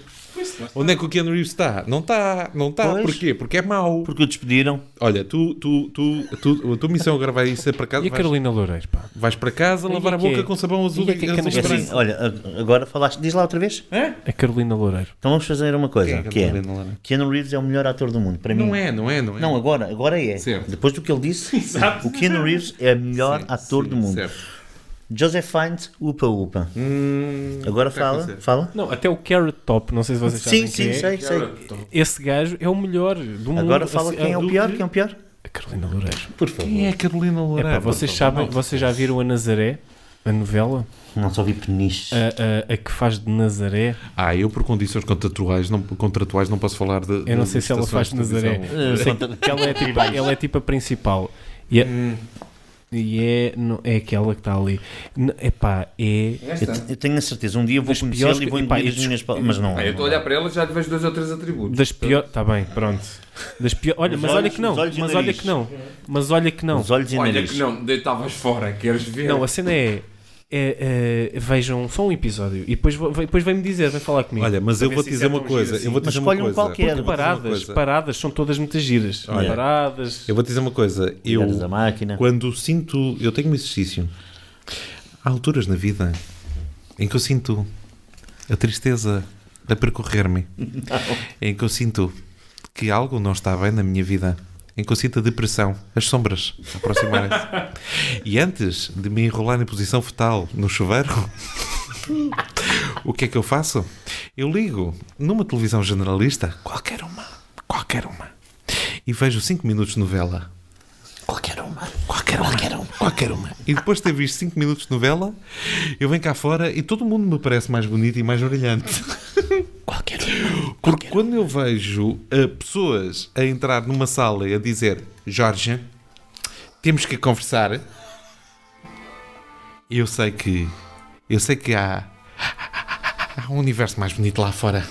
A: Onde é que o Keanu Reeves está? Não está, não está.
B: Pois.
A: Porquê? Porque é mau.
B: Porque o despediram.
A: Olha, tu, tu, tu, tu, a tua missão agora vai ser para casa.
C: E a
A: Vais,
C: Carolina Loureiro, pá.
A: vais para casa
C: E
A: lavar a
C: que é?
A: boca com sabão azul
C: E que é que
A: azul
C: Mas
B: É assim,
A: branco.
B: olha, a- agora falaste, diz lá outra vez.
C: A Carolina Loureiro.
B: Então vamos fazer uma coisa,
A: Quem é que
B: que é,
A: Helena Lara?
B: Keanu Reeves é o melhor ator do mundo, para mim.
A: Não é, não é, não é.
B: Não, agora, agora é.
A: Certo.
B: Depois do que ele disse, o Keanu Reeves é o melhor ator do mundo.
A: Certo.
B: Joseph Fiennes, upa upa.
D: Hum,
B: agora fala,
A: conhecer.
B: fala.
C: Não, até o Carrot Top, não sei se vocês
B: Sim,
C: sabem
B: sim,
C: quem é.
B: sei, sei.
C: Esse gajo é o melhor do mundo.
B: Agora fala
C: Assim,
B: quem é o
C: do-
B: pior, quem é o pior.
C: A Carolina Loureiro.
B: Por favor.
A: Quem é a Carolina
C: É
A: Loureiro?
C: pá, vocês sabem, vocês já viram a Nazaré? A novela?
B: Não só vi peniche.
C: É. A, a- a que faz de Nazaré?
A: Ah, eu por condições contratuais não, contratuais não posso falar de.
C: Eu não sei se ela faz de Nazaré. Sei que ela, é tipo, ela é tipo a principal. E é,
B: Hum.
C: e é, não- é aquela que está ali. N- Epá, é.
B: Eu, te- eu tenho a certeza, um dia vou
C: Das piores
B: conhecê-lo e vou
C: que- epá,
B: engolir as
C: eu
B: minhas palavras. Mas não.
D: Ah, eu estou a olhar para ela e já lhe vejo dois ou três atributos.
C: Das piores. Está bem, pronto. Das pior, olha,
B: Os
C: mas
B: olhos-
C: olha que não.
B: os olhos e
C: Mas
B: o
C: olha
B: nariz.
C: que não. Mas olha que não.
B: Os olhos e
D: Olha
B: nariz.
D: que não, deitavas fora, queres ver?
C: Não, a cena é. é, é, vejam só um episódio e depois, vo- depois vem-me dizer, vem falar comigo.
A: Olha, mas eu
C: Para ver
A: vou
C: se
A: te
C: isso
A: dizer
C: é
A: uma
C: tão
A: coisa.
C: giro
A: Eu vou
B: Mas
A: te dizer uma
B: escolhe um
A: coisa.
B: qualquer.
A: Eu vou te dizer uma
C: Paradas,
A: coisa.
C: paradas, são todas muito giras.
A: Olha.
C: Paradas.
A: Eu vou te dizer uma coisa. Eu,
B: Cuidados da máquina.
A: quando sinto. Eu tenho um exercício. Há alturas na vida em que eu sinto a tristeza a percorrer-me. Em que eu sinto que algo não está bem na minha vida. Em que eu sinto a depressão, as sombras a aproximarem-se. e antes de me enrolar em posição fetal no chuveiro, o que é que eu faço? Eu ligo numa televisão generalista, qualquer uma, qualquer uma, e vejo 5 minutos de novela. Qualquer uma, qualquer uma, qualquer uma, qualquer uma. E depois de ter visto 5 minutos de novela, eu venho cá fora e todo mundo me parece mais bonito e mais brilhante. Qualquer uma. Porque quando eu vejo ah, pessoas a entrar numa sala e a dizer Jorge, temos que conversar. Eu sei que. Eu sei que há. Há um universo mais bonito lá fora.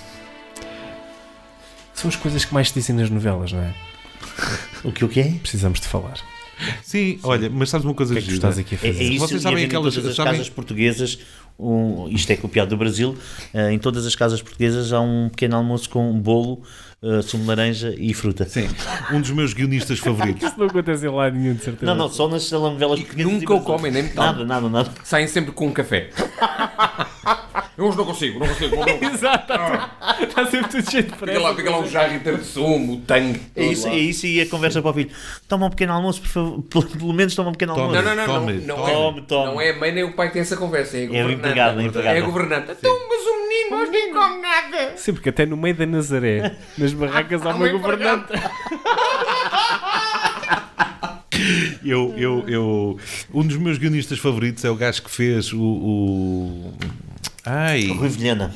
C: São as coisas que mais se dizem nas novelas, não é?
B: O que o que é?
C: Precisamos de falar.
A: Sim, olha, mas sabes uma coisa
C: O que é que tu
A: gira?
C: estás aqui a
B: É, é
C: fazer?
B: isso,
A: Vocês
B: e
A: sabem
B: havendo em
A: aquelas-
B: todas as
A: sabem-
B: casas portuguesas, um- isto é copiado do Brasil, eh, em todas as casas portuguesas há um pequeno almoço com um bolo, eh, sumo de laranja e fruta.
A: Sim, um dos meus guionistas favoritos.
C: Isso não acontece em lado nenhum, de certeza.
B: Não, não, só nas telenovelas
D: E que
B: portuguesas
D: nunca
B: e
D: o
B: brasileiras.
D: comem, nem metade.
B: Nada, nada, nada.
D: Saem sempre com um café. Eu hoje não consigo, não consigo. Não, não.
C: Exato, está está sempre tudo cheio de
D: Fica
C: pressa.
D: lá, fica lá o jarriter de sumo, o tangue.
B: É isso, é isso e a conversa para o filho. Toma um pequeno almoço, por favor. Pelo, pelo menos toma um pequeno
A: Toma.
B: almoço.
D: Não, não, não,
A: Tome,
D: não, não,
B: tome,
D: é,
B: tome.
D: não é a mãe nem o pai que tem essa conversa, é a
B: o
D: governanta.
B: empregado, é o empregado.
D: É a governanta. Então, mas o menino hoje nem come nada.
C: Sim, porque até no meio da Nazaré, nas barracas, há uma governante.
A: Eu, eu, eu, um dos meus guionistas favoritos é o gajo que fez o. o- Ai,
B: Rui Vilhena.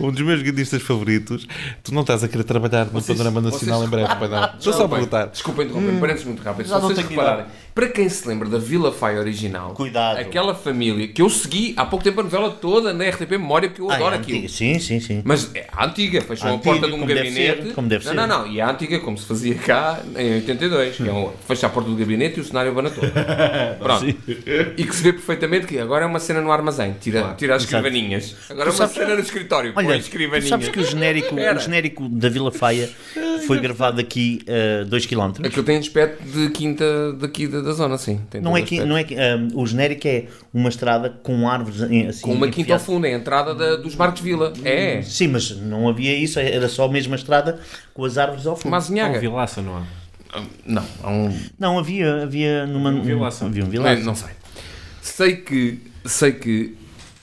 A: um dos meus guionistas favoritos. Tu não estás a querer trabalhar no Panorama Nacional em breve, pai não. Estou só a
D: Bem,
A: perguntar.
D: Desculpem interromper, parece muito rápido.
B: Hum. Já
D: Só
B: não
D: vocês
B: tenho idade.
D: repararem, para quem se lembra da Vila Faia original,
B: Cuidado.
D: aquela família que eu segui há pouco tempo a novela toda na RTP Memória, porque eu
B: Ah, é
D: adoro
B: antiga.
D: aquilo.
B: Sim, sim, sim.
D: Mas é a antiga, fecham a
B: Antiga,
D: porta de um
B: como deve
D: gabinete.
B: ser, como deve
D: não,
B: ser.
D: não, não, e a antiga, como se fazia cá em 82, que é um, fecha a porta do gabinete e o cenário abana todo. Pronto. E que se vê perfeitamente que agora é uma cena no armazém, tira, tira as escrivaninhas. Agora é uma cena no escritório, põe
B: Olha, tu
D: escrivaninhas.
B: sabes que o genérico, o
D: Espera.
B: genérico da Vila Faia foi gravado aqui eh, a 2 km?
D: Aquilo tem aspecto de quinta daqui da, da zona, sim. Tem
B: Não
D: todo
B: é que,
D: aspecto.
B: não é que, ah, o genérico é uma estrada com árvores em- assim.
D: Com uma quinta ao
B: enfiadas.
D: fundo, é a entrada da- dos barcos Vila. É, é.
B: Sim, mas não havia isso, era só a mesma estrada com as árvores ao fundo.
D: Uma
C: Há um
D: azinhaga.
C: vilaça, não há?
D: Não, há um.
B: Não, havia, havia numa. Um
C: vilaço.
B: Havia um
D: Não,
B: vilaço.
D: não sei. Sei que, sei que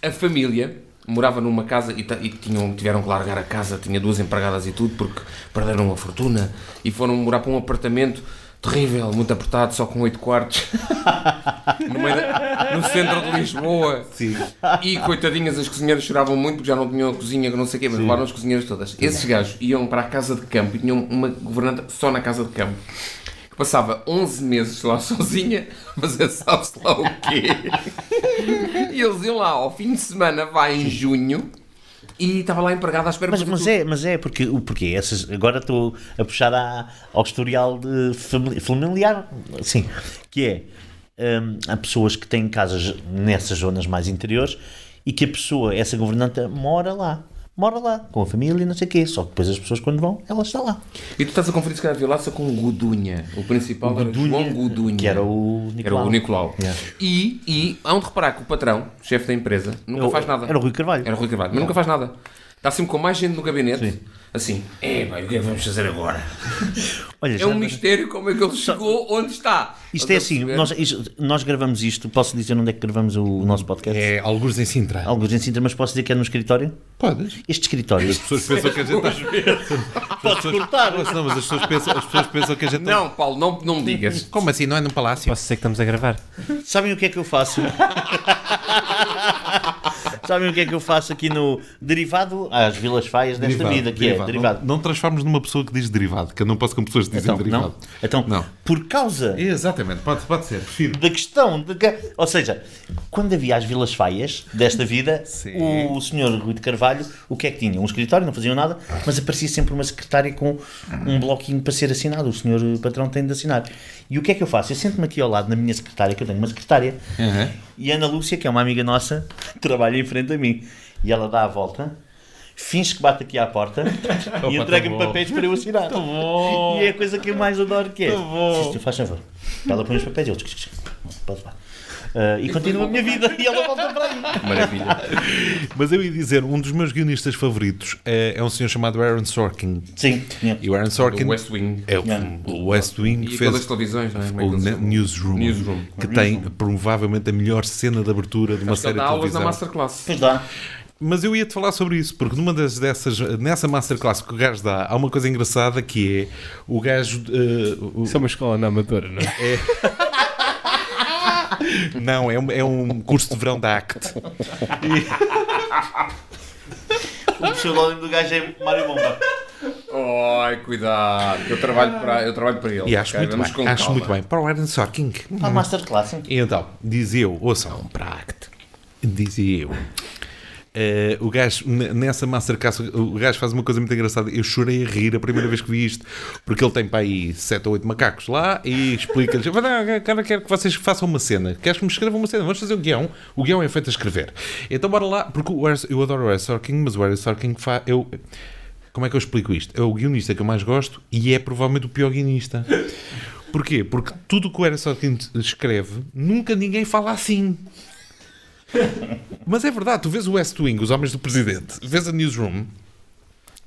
D: a família morava numa casa e, ta- e tinham, tiveram que largar a casa, tinha duas empregadas e tudo, porque perderam uma fortuna e foram morar para um apartamento terrível, muito apertado, só com oito quartos, no, meio da- no centro de Lisboa. E coitadinhas, as cozinheiras choravam muito porque já não tinham a cozinha, que não sei o quê, mas levaram as cozinheiras todas. Esses gajos iam para a casa de campo e tinham uma governanta só na casa de campo. que Passava 11 meses lá sozinha, mas é sabe-se lá o quê. E eles iam lá ao fim de semana, vai em junho, e estava lá empregada à espera
B: Mas,
D: fazer
B: mas
D: tudo.
B: é, mas é, porque o porquê? Essas, agora estou a puxar à, ao historial de famili- familiar, sim, que é hum, há pessoas que têm casas nessas zonas mais interiores e que a pessoa, essa governanta, mora lá. Mora lá, com a família e não sei o quê. Só que depois as pessoas quando vão, ela está lá.
D: E tu estás a conferir se calhar violaça com o Godunha. O principal era João Godunha.
B: Que era o
D: Era
B: Nicolau.
D: o Nicolau.
B: Yeah.
D: E, e há um de reparar que o patrão, o chefe da empresa, nunca
B: Eu-
D: faz nada.
B: Era o Rui Carvalho.
D: Era o Rui Carvalho, mas nunca faz nada. Está sempre com mais gente no gabinete, assim, é, vai, o que é que vamos fazer agora?
B: Olha,
D: É
B: já
D: um
B: agora-
D: mistério como é que ele chegou onde está.
B: Isto é
D: Estás a
B: assim,
D: perceber?
B: nós, isto- nós gravamos isto, posso dizer onde é que gravamos o, nosso podcast?
A: É, alguns em Sintra.
B: Alguns em Sintra, mas posso dizer que é no escritório?
A: Podes.
B: Este escritório.
A: As pessoas pensam que a gente. Podes cortar. Não, mas as pessoas pensam, as pessoas pensam que a gente.
D: Não, Paulo, não, não me digas.
A: Como assim? Não é num palácio?
C: Posso dizer que estamos a gravar?
B: Sabem o que é que eu faço? Sabem o que é que eu faço aqui no derivado às Vilas Faias desta vida, que é derivado.
A: Não, não transformes numa pessoa que diz derivado, que eu não posso com pessoas que dizem
B: Então,
A: derivado.
B: não? Então,
A: Não.
B: por causa
A: Exatamente, pode, pode ser, prefiro.
B: da questão de que, ou seja, quando havia as Vilas Faias desta vida,
A: Sim.
B: o senhor Rui de Carvalho, o que é que tinha? Um escritório, não faziam nada, mas aparecia sempre uma secretária com um bloquinho para ser assinado. O senhor patrão tem de assinar. E o que é que eu faço? Eu sento-me aqui ao lado na minha secretária, que eu tenho uma secretária, e a Ana Lúcia, que é uma amiga nossa, trabalha em frente a mim. E ela dá a volta, finge que bate aqui à porta e entrega-me
A: bom.
B: papéis para eu assinar. E é a coisa que eu mais adoro que é. Sim, senhor, faz favor. Ela põe os papéis e eu. tch, tch, tch, Pode lá. Ah, e continua a minha vida e ela volta para aí.
D: Maravilha.
A: Mas eu ia dizer, um dos meus guionistas favoritos é, é um senhor chamado Aaron Sorkin.
B: Sim, tinha.
A: E o Aaron Sorkin
D: O West Wing.
A: é o, o West Wing
D: E
A: que
D: todas as
A: fez
D: televisões, não é? Como é que
A: o
D: eles
A: Ne-
D: chamam?
A: Newsroom,
D: Newsroom.
A: que tem provavelmente a melhor cena de abertura de uma
D: Acho que
A: série
D: ele
A: de
D: dá aulas na
A: televisão.
D: Masterclass.
B: Pois dá.
A: Mas eu ia-te falar sobre isso, porque numa das dessas, nessa masterclass que o gajo dá, há uma coisa engraçada que é o gajo. eh, o-
C: Isso é uma escola na amadora, não é?
A: Não, é um, é um curso de verão da ACT.
B: O pseudónimo do gajo é Mário Bomba.
D: Ai, cuidado, que eu trabalho para, eu trabalho para ele.
A: E acho
D: ok?
A: muito
D: Vamos
A: bem.
D: com
A: Acho
D: calma.
A: muito bem. Para o Iron Socking.
B: Uma masterclass.
A: E então, dizia eu, ouçam, para a ACT, dizia eu. eh, o gajo, n- nessa masterclass, o gajo faz uma coisa muito engraçada. Eu chorei a rir a primeira vez que vi isto, porque ele tem para aí sete ou oito macacos lá e explica-lhes: "Vai lá, cara, quero que vocês façam uma cena. Queres que me escrevam uma cena? Vamos fazer o guião. O guião é feito a escrever. Então bora lá, porque o Harris- eu adoro o Harry Sorkin, mas o Harry Sorkin faz. Eu, como é que eu explico isto? É o guionista que eu mais gosto e é provavelmente o pior guionista. Porquê? Porque tudo o que o Harry Sorkin escreve, nunca ninguém fala assim. Mas é verdade, tu vês o West Wing, os homens do presidente, vês a newsroom,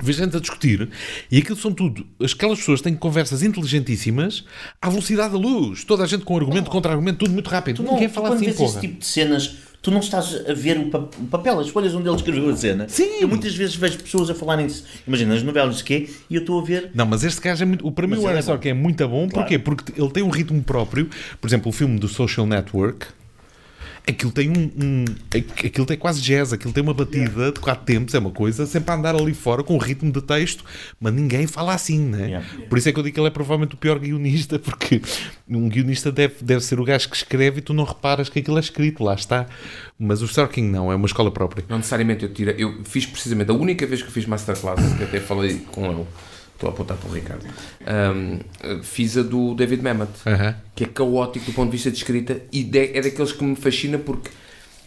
A: vês gente a discutir, e aquilo são tudo. Aquelas pessoas têm conversas inteligentíssimas à velocidade da luz, toda a gente com argumento, contra-argumento, tudo muito rápido.
B: Oh. Tu não,
A: ninguém
B: tu
A: fala
B: quando
A: assim,
B: vês
A: porra.
B: esse tipo de cenas, tu não estás a ver o, pap- o papel, as folhas onde ele escreveu a cena.
A: Sim.
B: Eu muitas vezes vejo pessoas a falarem isso. Imagina, as novelas de quê? E eu estou a ver.
A: Não, mas este gajo é muito. o- Para mim,
B: Mas
A: o
B: ele
A: Aaron
B: é bom.
A: Sorkin é muito bom.
B: Claro.
A: Porquê? Porque ele tem um ritmo próprio. Por exemplo, o filme do Social Network. Aquilo tem um, um- aqu- Aquilo tem quase jazz, aquilo tem uma batida de quatro tempos, é uma coisa, sempre a andar ali fora com o ritmo de texto, mas ninguém fala assim, né?
B: Yeah.
A: Por isso é que eu digo que ele é provavelmente o pior guionista, porque um guionista deve, deve ser o gajo que escreve e tu não reparas que aquilo é escrito, lá está. Mas o Sorkin não, é uma escola própria.
D: Não necessariamente eu tirei, eu fiz precisamente a única vez que fiz masterclass, que até falei com ele, estou a apontar para o Ricardo, hum, fiz a do David Mamet,
A: Aham.
D: que é caótico do ponto de vista de escrita e de- é daqueles que me fascina porque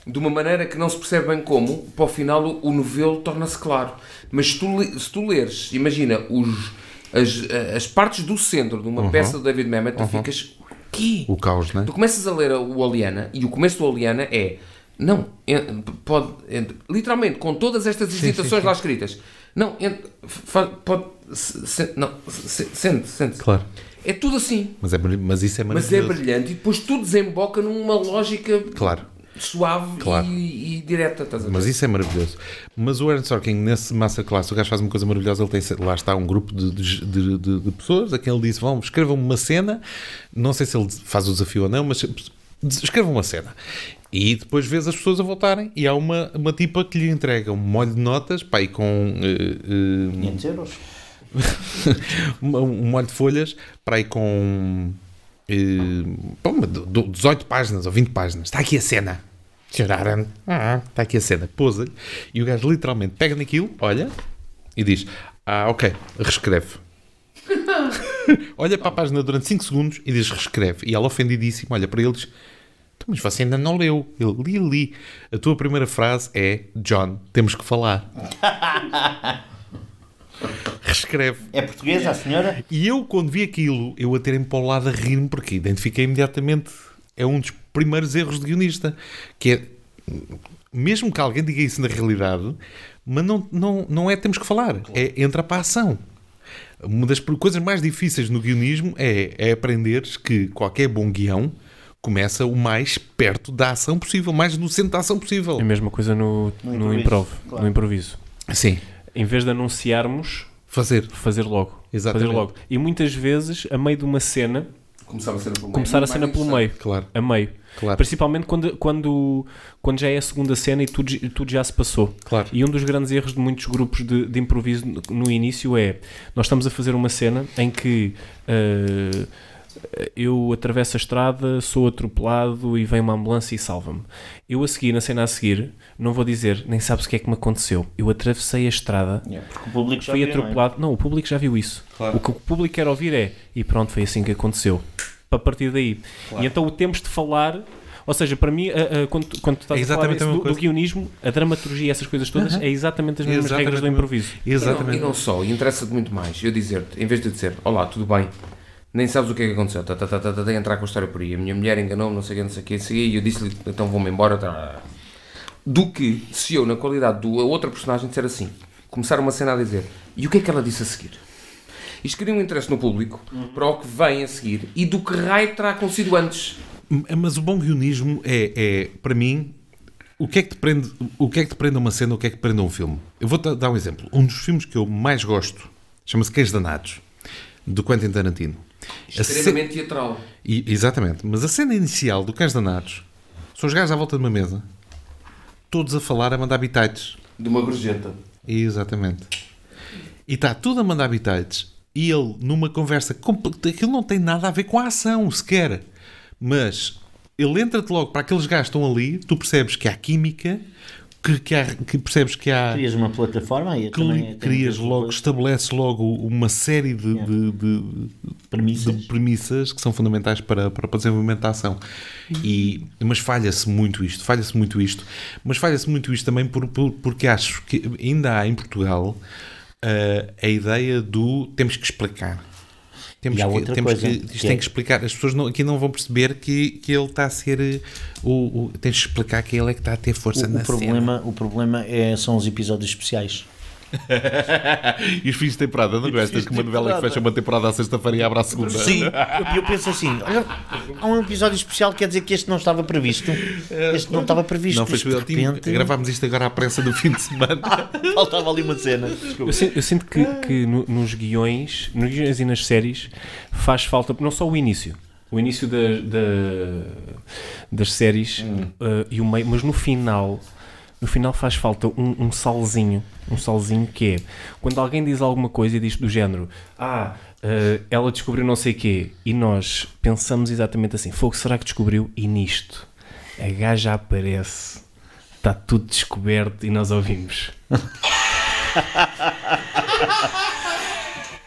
D: de uma maneira que não se percebe bem como, para o final o, o novelo torna-se claro. Mas se tu, le- se tu leres, imagina, os, as, as partes do centro de uma peça do David Mamet, tu ficas. O quê?
A: O caos, né?
D: Tu começas a ler o Oliana e o começo do Oliana é não, en- pode en- literalmente com todas estas hesitações lá escritas. Não, en- fa- pode se- se- não, se- sente, sente.
A: Claro.
D: É tudo assim,
A: Mas, é, brilh- mas isso é
D: mas é
A: maravilhoso.
D: brilhante e depois tudo desemboca numa lógica
A: Claro.
D: suave
A: Claro.
D: e, e direta, estás a ver?
A: Mas isso é maravilhoso. Mas o Aaron Sorkin, nesse Masterclass, o gajo faz uma coisa maravilhosa. Ele tem, lá está um grupo de, de, de- de pessoas a quem ele disse: vão, escrevam uma cena. Não sei se ele faz o desafio ou não, mas escrevam uma cena. E depois vês as pessoas a voltarem e há uma, uma tipa que lhe entrega um molho de notas, pá, e com. eh, eh,
B: 500 euros.
A: um, um molho de folhas para aí com eh, pá, uma do- do- 18 páginas ou 20 páginas. Está aqui a cena. Sr. Aran, ah, está aqui a cena. Pousa-lhe e o gajo literalmente pega naquilo, olha e diz: Ah, ok, reescreve. olha para a página durante 5 segundos e diz: reescreve. E ela ofendidíssima olha para ele e diz: "Então, Mas você ainda não leu. Ele li, li. A tua primeira frase é: John, temos que falar. reescreve.
B: É portuguesa, a senhora?
A: E eu, quando vi aquilo, eu a terem para o lado a rir-me, porque identifiquei imediatamente. É um dos primeiros erros de guionista. Que é, mesmo que alguém diga isso na realidade, mas não, não, não é temos que falar. É entra para a ação. Uma das pr- coisas mais difíceis no guionismo é, é aprenderes que qualquer bom guião começa o mais perto da ação possível, mais no centro da ação possível.
C: É a mesma coisa no, no,
B: improviso,
C: improv,
B: claro.
C: no improviso.
A: Sim.
C: Em vez de anunciarmos,
A: Fazer.
C: fazer logo.
A: Exatamente.
C: Fazer logo. E muitas vezes, a meio de uma cena,
D: Começava a cena pelo meio.
C: começar a
D: Mais
C: cena pelo
D: interessante.
C: meio.
A: Claro.
C: A meio.
A: Claro.
C: Ah, Principalmente quando, quando, quando já é a segunda cena e tudo, j- tudo já se passou.
A: Claro.
C: E um dos grandes erros de muitos grupos de, de improviso no, no início é nós estamos a fazer uma cena em que eh, eu atravesso a estrada, sou atropelado e vem uma ambulância e salva-me. Eu a seguir, na cena a seguir, não vou dizer, nem sabes o que é que me aconteceu. Eu atravessei a estrada,
B: Porque o público já
C: fui
B: viu, não é?
C: atropelado. Não, o público já viu isso. O que o público quer ouvir é e pronto, foi assim que aconteceu. Para partir daí. E então o temos de falar. Ou seja, para mim, a- a- quando, tu- quando tu estás
A: É
C: a falar
A: exatamente
C: isso
A: a mesma
C: do, do
A: coisa.
C: guionismo, a dramaturgia, essas coisas todas, é exatamente as mesmas
A: Exatamente
C: regras do
A: a mesma-
C: improviso.
D: E não, e não só, e interessa-te muito mais. Eu dizer-te, em vez de eu dizer, olá, tudo bem, nem sabes o que é que aconteceu, tá, tá, tá, tá, tá, tá, entrar com a história por aí, a minha mulher enganou-me, não sei o que, não sei o que, e eu disse-lhe, então vou-me embora, tá. Do que se eu, na qualidade do outra personagem, disser assim, começar uma cena a dizer, e o que é que ela disse a seguir? Isto cria um interesse no público para o que vem a seguir e do que raio terá acontecido antes.
A: M- Mas o bom guionismo é, é, para mim, O que, é que te prende, o que é que te prende a uma cena, o que é que te prende a um filme? Eu vou dar um exemplo. Um dos filmes que eu mais gosto chama-se Cães Danados, do Quentin Tarantino. A
D: Extremamente teatral.
A: E- exatamente. Mas a cena inicial do Cães Danados são os gajos à volta de uma mesa, todos a falar, a mandar bitites.
D: De uma gorjeta.
A: Exatamente. E está tudo a mandar bitites. E ele, numa conversa. comple- Aquilo não tem nada a ver com a ação sequer. Mas ele entra-te logo para aqueles gajos que estão ali, tu percebes que há química, que, que há- que perces que há.
B: Crias uma plataforma aí
A: Que
B: também
A: li-
B: tem
A: crias
B: que-
A: logo, estabeleces logo uma série de, de- de-
B: Premissas.
A: de premissas que são fundamentais para, para o desenvolvimento da ação. E, mas falha-se muito isto, falha-se muito isto, mas falha-se muito isto também por, por- porque acho que ainda há em Portugal ah, a ideia do temos que explicar. Temos
B: E há
A: que,
B: outra
A: temos
B: coisa,
A: que, isto
B: que
A: tem
B: é-
A: que explicar. As pessoas não- aqui não vão perceber que, que ele está a ser eh, o, o- tens de explicar que ele é que está a ter força
B: O,
A: na cena.
B: o problema, o problema é, são os episódios especiais.
A: E os fins de temporada, não gostas? Que uma novela é que fecha uma temporada à sexta-feira e abre à segunda.
B: Sim, eu, eu penso assim: olha, há um episódio especial, quer dizer que este não estava previsto. Este não estava previsto.
A: Não foi
B: Isto, de
A: possível. Tinha-
B: repente,
A: Gravámos isto agora à pressa do fim de semana.
B: faltava ali uma cena. Desculpa.
C: Eu sin- eu sinto, que, que no- nos guiões, nos guiões e nas séries, faz falta não só o início, o início da- da- das séries eh, e o meio, mas no final, no final faz falta um, um salzinho, um salzinho que é quando alguém diz alguma coisa e diz do género, ah, eh, ela descobriu não sei quê e nós pensamos exatamente assim, fogo será que descobriu e nisto a gaja aparece, está tudo descoberto e nós ouvimos.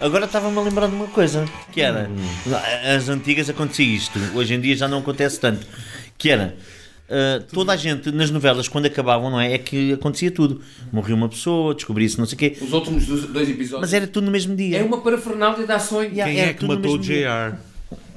B: Agora estava-me a lembrar de uma coisa, que era,
A: Hum.
B: as antigas acontecia isto, hoje em dia já não acontece tanto, que era, ah, toda a gente, nas novelas, quando acabavam, não é, é que acontecia tudo. Morria uma pessoa, descobria-se não sei o quê,
D: Os últimos dois dois episódios.
B: mas era tudo no mesmo dia.
D: É uma parafernália de ações.
B: Yeah,
A: Quem
B: era
A: é que
B: tudo no
A: matou o
B: mesmo dia.
A: JR?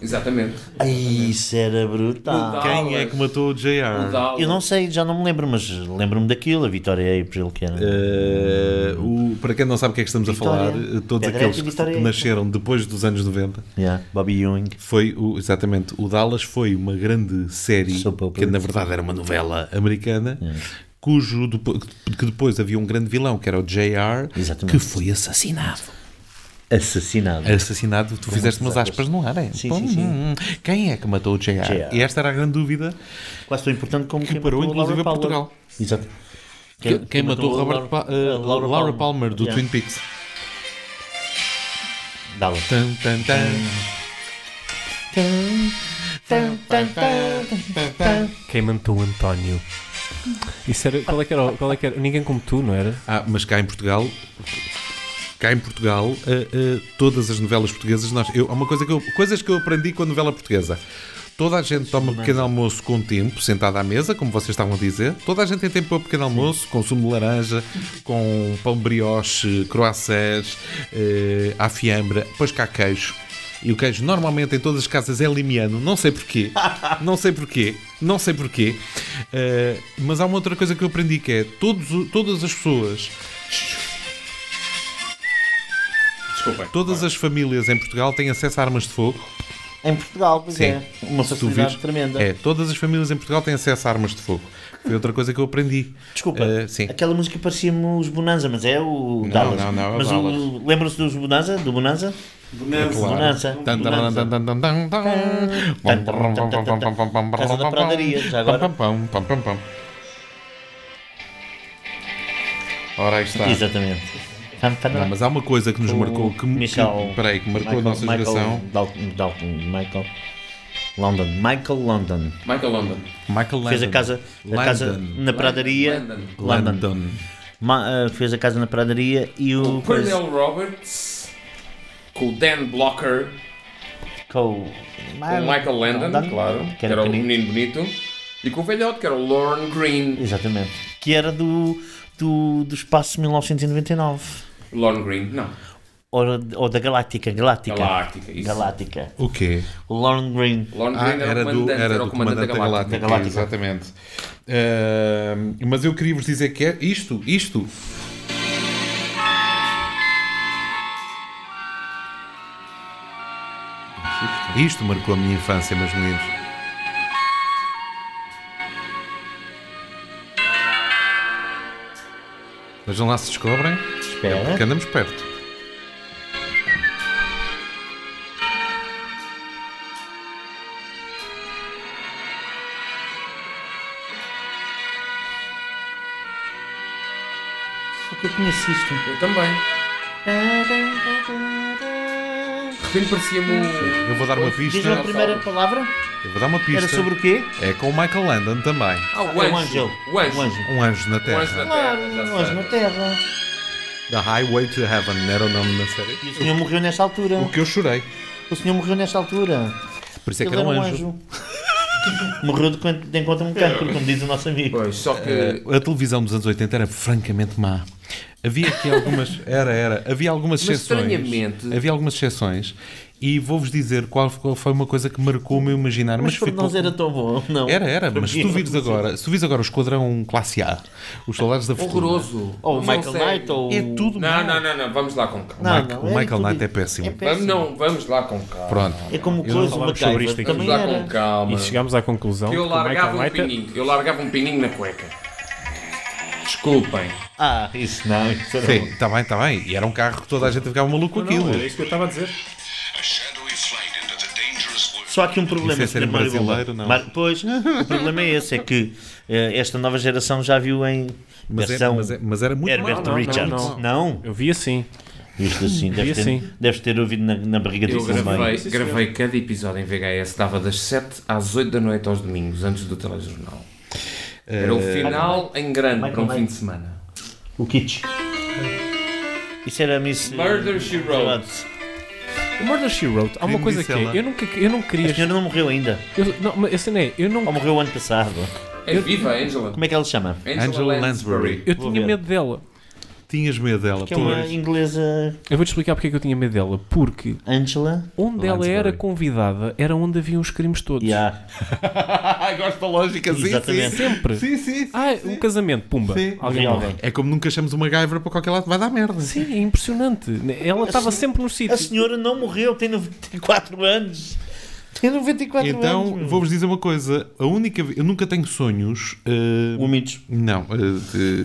D: Exatamente.
B: Ai, isso era brutal.
A: Quem é que matou o JR?
B: Eu não sei, já não me lembro, mas lembro-me daquilo, a Vitória e April, que era...
A: Eh, o- para quem não sabe o que é que estamos a
B: Vitória.
A: falar, eh, todos
B: Pedrete
A: aqueles
B: e
A: que
B: Vitória. é
A: nasceram depois dos anos 90,
B: Yeah, Bobby Ewing.
A: foi o- exatamente o Dallas foi uma grande série
B: Soap opera. É.
A: que na verdade era uma novela americana. Cujo depo- que depois havia um grande vilão que era o JR,
B: Exatamente.
A: que foi assassinado.
B: Assassinado.
A: Eh. Assassinado, tu fizeste umas aspas no ar, é?
B: Sim,
A: Pum,
B: sim, sim.
A: hum, hum. Quem é que matou o JR?
B: JR.
A: E esta era a grande dúvida
B: Quase tão importante como
A: que
B: quem
A: parou,
B: matou a Laura
A: inclusive, a
B: Palmer.
A: Portugal.
B: Exato.
A: Quem, quem matou
B: a
A: Robert Pa- eh,
B: a
A: Laura, Palmer, do
B: Yeah.
A: Twin Peaks.
B: Dá-la.
A: Tan, tan, tan.
C: Quem matou o António? Isso era, qual, é que era, o- qual é que era? Ninguém como tu, não era?
A: Ah, mas cá em Portugal, cá em Portugal, eh, eh, todas as novelas portuguesas, nós, eu, há uma coisa que eu, coisas que eu aprendi com a novela portuguesa. Toda a gente toma um pequeno almoço com tempo, sentada à mesa, como vocês estavam a dizer. Toda a gente tem tempo para um pequeno almoço, com sumo de laranja, com pão de brioche, croissants, eh, à fiambra, depois cá queijo. E o queijo normalmente em todas as casas é limiano, não sei porquê, não sei porquê, não sei porquê. Eh, mas há uma outra coisa que eu aprendi que é todos, o- todas as pessoas
D: Desculpem.
A: Todas as famílias em Portugal têm acesso a armas de fogo.
B: Em Portugal, pois
A: Sim.
B: é. Uma
A: Se tu
B: facilidade
A: vires-
B: tremenda.
A: É, todas as famílias em Portugal têm acesso a armas de fogo. Foi outra coisa que eu aprendi.
B: Desculpa,
A: Eh, sim.
B: aquela música parecia-me os Bonanza, mas é o
A: Não,
B: Dallas.
A: não, não, é o
B: mas
A: Dallas.
B: o lembram-se dos Bonanza? Do Bonanza? é Bonança.
A: Tan, tan, tan, tan, tan, tan, tan.
B: Tan, tan, tan, tan, tan, tan. Casa da Pradaria, já agora.
A: Pam, pam, pam, pam, pam. Ora, aí está.
B: Exatamente.
A: Não, mas há uma coisa que nos marcou, que,
B: Michael,
A: que, peraí, que marcou
B: Michael-
A: a nossa
B: Michael
A: geração.
B: Dalton, Dalton, Michael London. Michael London.
D: Michael London.
A: Michael Landon.
B: Fez a casa, a casa
A: Landon.
B: na pradaria.
D: Landon.
B: London.
A: Landon.
B: Ma- ah, fez a casa na pradaria e o.
D: O Cornel Roberts com o Dan Blocker,
B: Com
D: com o Michael Landon, claro, Ah, que era o
B: pequenino.
D: menino bonito, e com o velhote, que era o Lorne Green.
B: Exatamente. Que era do, do, do espaço 1999.
D: Lorne Green, não.
B: Ou, ou da Galáctica. Galáctica.
D: Galáctica, isso.
B: Galáctica.
A: O quê?
B: O Lorne Green.
D: Lorne
A: Ah,
D: Green era,
A: era,
D: o
A: do,
D: comandante,
A: era
D: era o
A: do
D: comandante da Galáctica.
B: Galáctica.
A: Exatamente. Ahm, Ah, mas eu queria vos dizer que é isto, isto. Isto marcou a minha infância, meus meninos. Vejam lá se descobrem,
B: Espera.
A: porque andamos perto.
B: Eu conheço isto.
D: Eu também. De repente parecia-me um.
A: Eu vou dar uma pista.
B: Diz-me a primeira palavra.
A: Eu vou dar uma pista.
B: Era sobre o quê?
A: É com o Michael Landon também.
D: Ah, o
B: É
D: anjo.
B: um anjo.
D: O anjo.
B: Um anjo.
A: Um anjo na
D: O
A: Terra.
D: anjo da terra.
B: Claro,
D: já
B: um
D: sei.
B: anjo na Terra.
A: The Highway to Heaven era o nome da série. é
B: E o senhor morreu nesta altura.
A: O que eu chorei.
B: O senhor morreu nesta altura.
A: Por isso é que
B: Ele
A: era um anjo.
B: morreu de, quanto- de encontro mecânico, como diz o nosso amigo.
D: Pois, só que. é
A: A televisão dos anos 80 era francamente má. Havia aqui algumas. Era, era. Havia algumas
D: Mas
A: exceções.
D: estranhamente-
A: Havia algumas exceções. E vou-vos dizer qual qual foi uma coisa que marcou o meu imaginário.
B: Mas,
A: Mas,
B: para
A: ficou-
B: nós era tão bom, não?
A: Era, era,
B: Para
A: mas
B: mim
A: se tu
B: era
A: vires agora, se tu vires agora o Esquadrão um Classe A, os Soldares da Fortuna.
D: Horroroso.
B: Ou o
D: Mas
B: Michael
D: não sei.
B: Knight, ou...
A: É tudo
D: Não,
A: mau.
D: não, não, não. Vamos lá com calma.
B: Não,
A: Mike-
B: não,
A: o
B: era
A: Michael
B: tudo-
A: Knight é péssimo.
D: Vamos,
B: péssimo.
D: não, vamos lá com calma.
A: Pronto.
B: É como o
C: não
B: Close
C: falava sobre isto
B: MacGyver,
C: aqui.
B: também
D: Vamos lá
B: era.
D: com calma.
C: E chegámos à conclusão
D: Eu
C: de que o Michael
D: largava um
A: é-
C: Leiter
D: pininho. Eu largava um pininho na cueca. Desculpem.
B: Ah, isso não, isso era
A: Sim,
B: bom.
A: está bem, está bem. E era um carro que toda a gente ficava maluco com aquilo.
C: isso que eu estava a dizer.
H: A shadowy flight into the dangerous world.
B: Só que um problema.
A: Isso é ser
B: Sr. Mário Bomba.
A: brasileiro, não.
B: Mar- Pois, o problema é esse, é que eh, esta nova geração já viu em
A: Mas, é-
B: versão
A: mas é- mas era muito
B: Herbert
A: mau.
C: não, não,
B: Richards.
C: não.
B: Não?
C: Eu vi assim.
B: Isto assim, deves ter,
C: assim.
B: deves ter ouvido na, na barriga
D: Eu
B: disso
D: gravei,
B: também.
D: gravei cada episódio em VHS, dava das 7 às 8 da noite aos domingos, antes do telejornal. Era o
A: Eh,
D: final em grande para um fim de semana.
B: O Kitsch. Isso era Miss... eh,
D: Murder, She Wrote.
C: O Murder She Wrote, há uma
A: Crime
C: coisa
A: de
C: que
A: Sela.
C: é, eu, nunca, eu não
B: A
C: queria.
B: senhora não morreu ainda.
C: Eu, não, mas assim não é, eu não.
B: Ou morreu ano passado.
D: É viva, Angela.
B: Como é que ela se chama?
A: Angela Lansbury.
C: Eu
B: Vou
C: tinha
B: ver.
C: medo dela.
A: Tinhas medo dela,
B: Que é uma
A: pois.
B: inglesa
C: Eu vou-te explicar porque é que eu tinha medo dela. Porque
B: Angela.
C: onde ela
A: Lansbury.
C: era convidada era onde havia os crimes todos.
B: Yeah.
A: Gosto da lógica, sim,
B: Exatamente.
A: sim.
C: Sempre.
A: Sim, sim. sim,
C: Ah,
A: sim.
C: um casamento, pumba.
A: Sim.
C: Alguém
B: Real.
C: morre.
A: É como nunca achamos uma gaiva para qualquer lado, vai dar merda.
C: Sim, é impressionante. Ela estava sempre no
B: A
C: sítio.
B: senhora não morreu, tem 94 anos. Tem 94 anos.
A: Então,
B: meu.
A: vou-vos dizer uma coisa. A única vez- Eu nunca tenho sonhos. eh,
B: Úmidos.
A: Não, eh,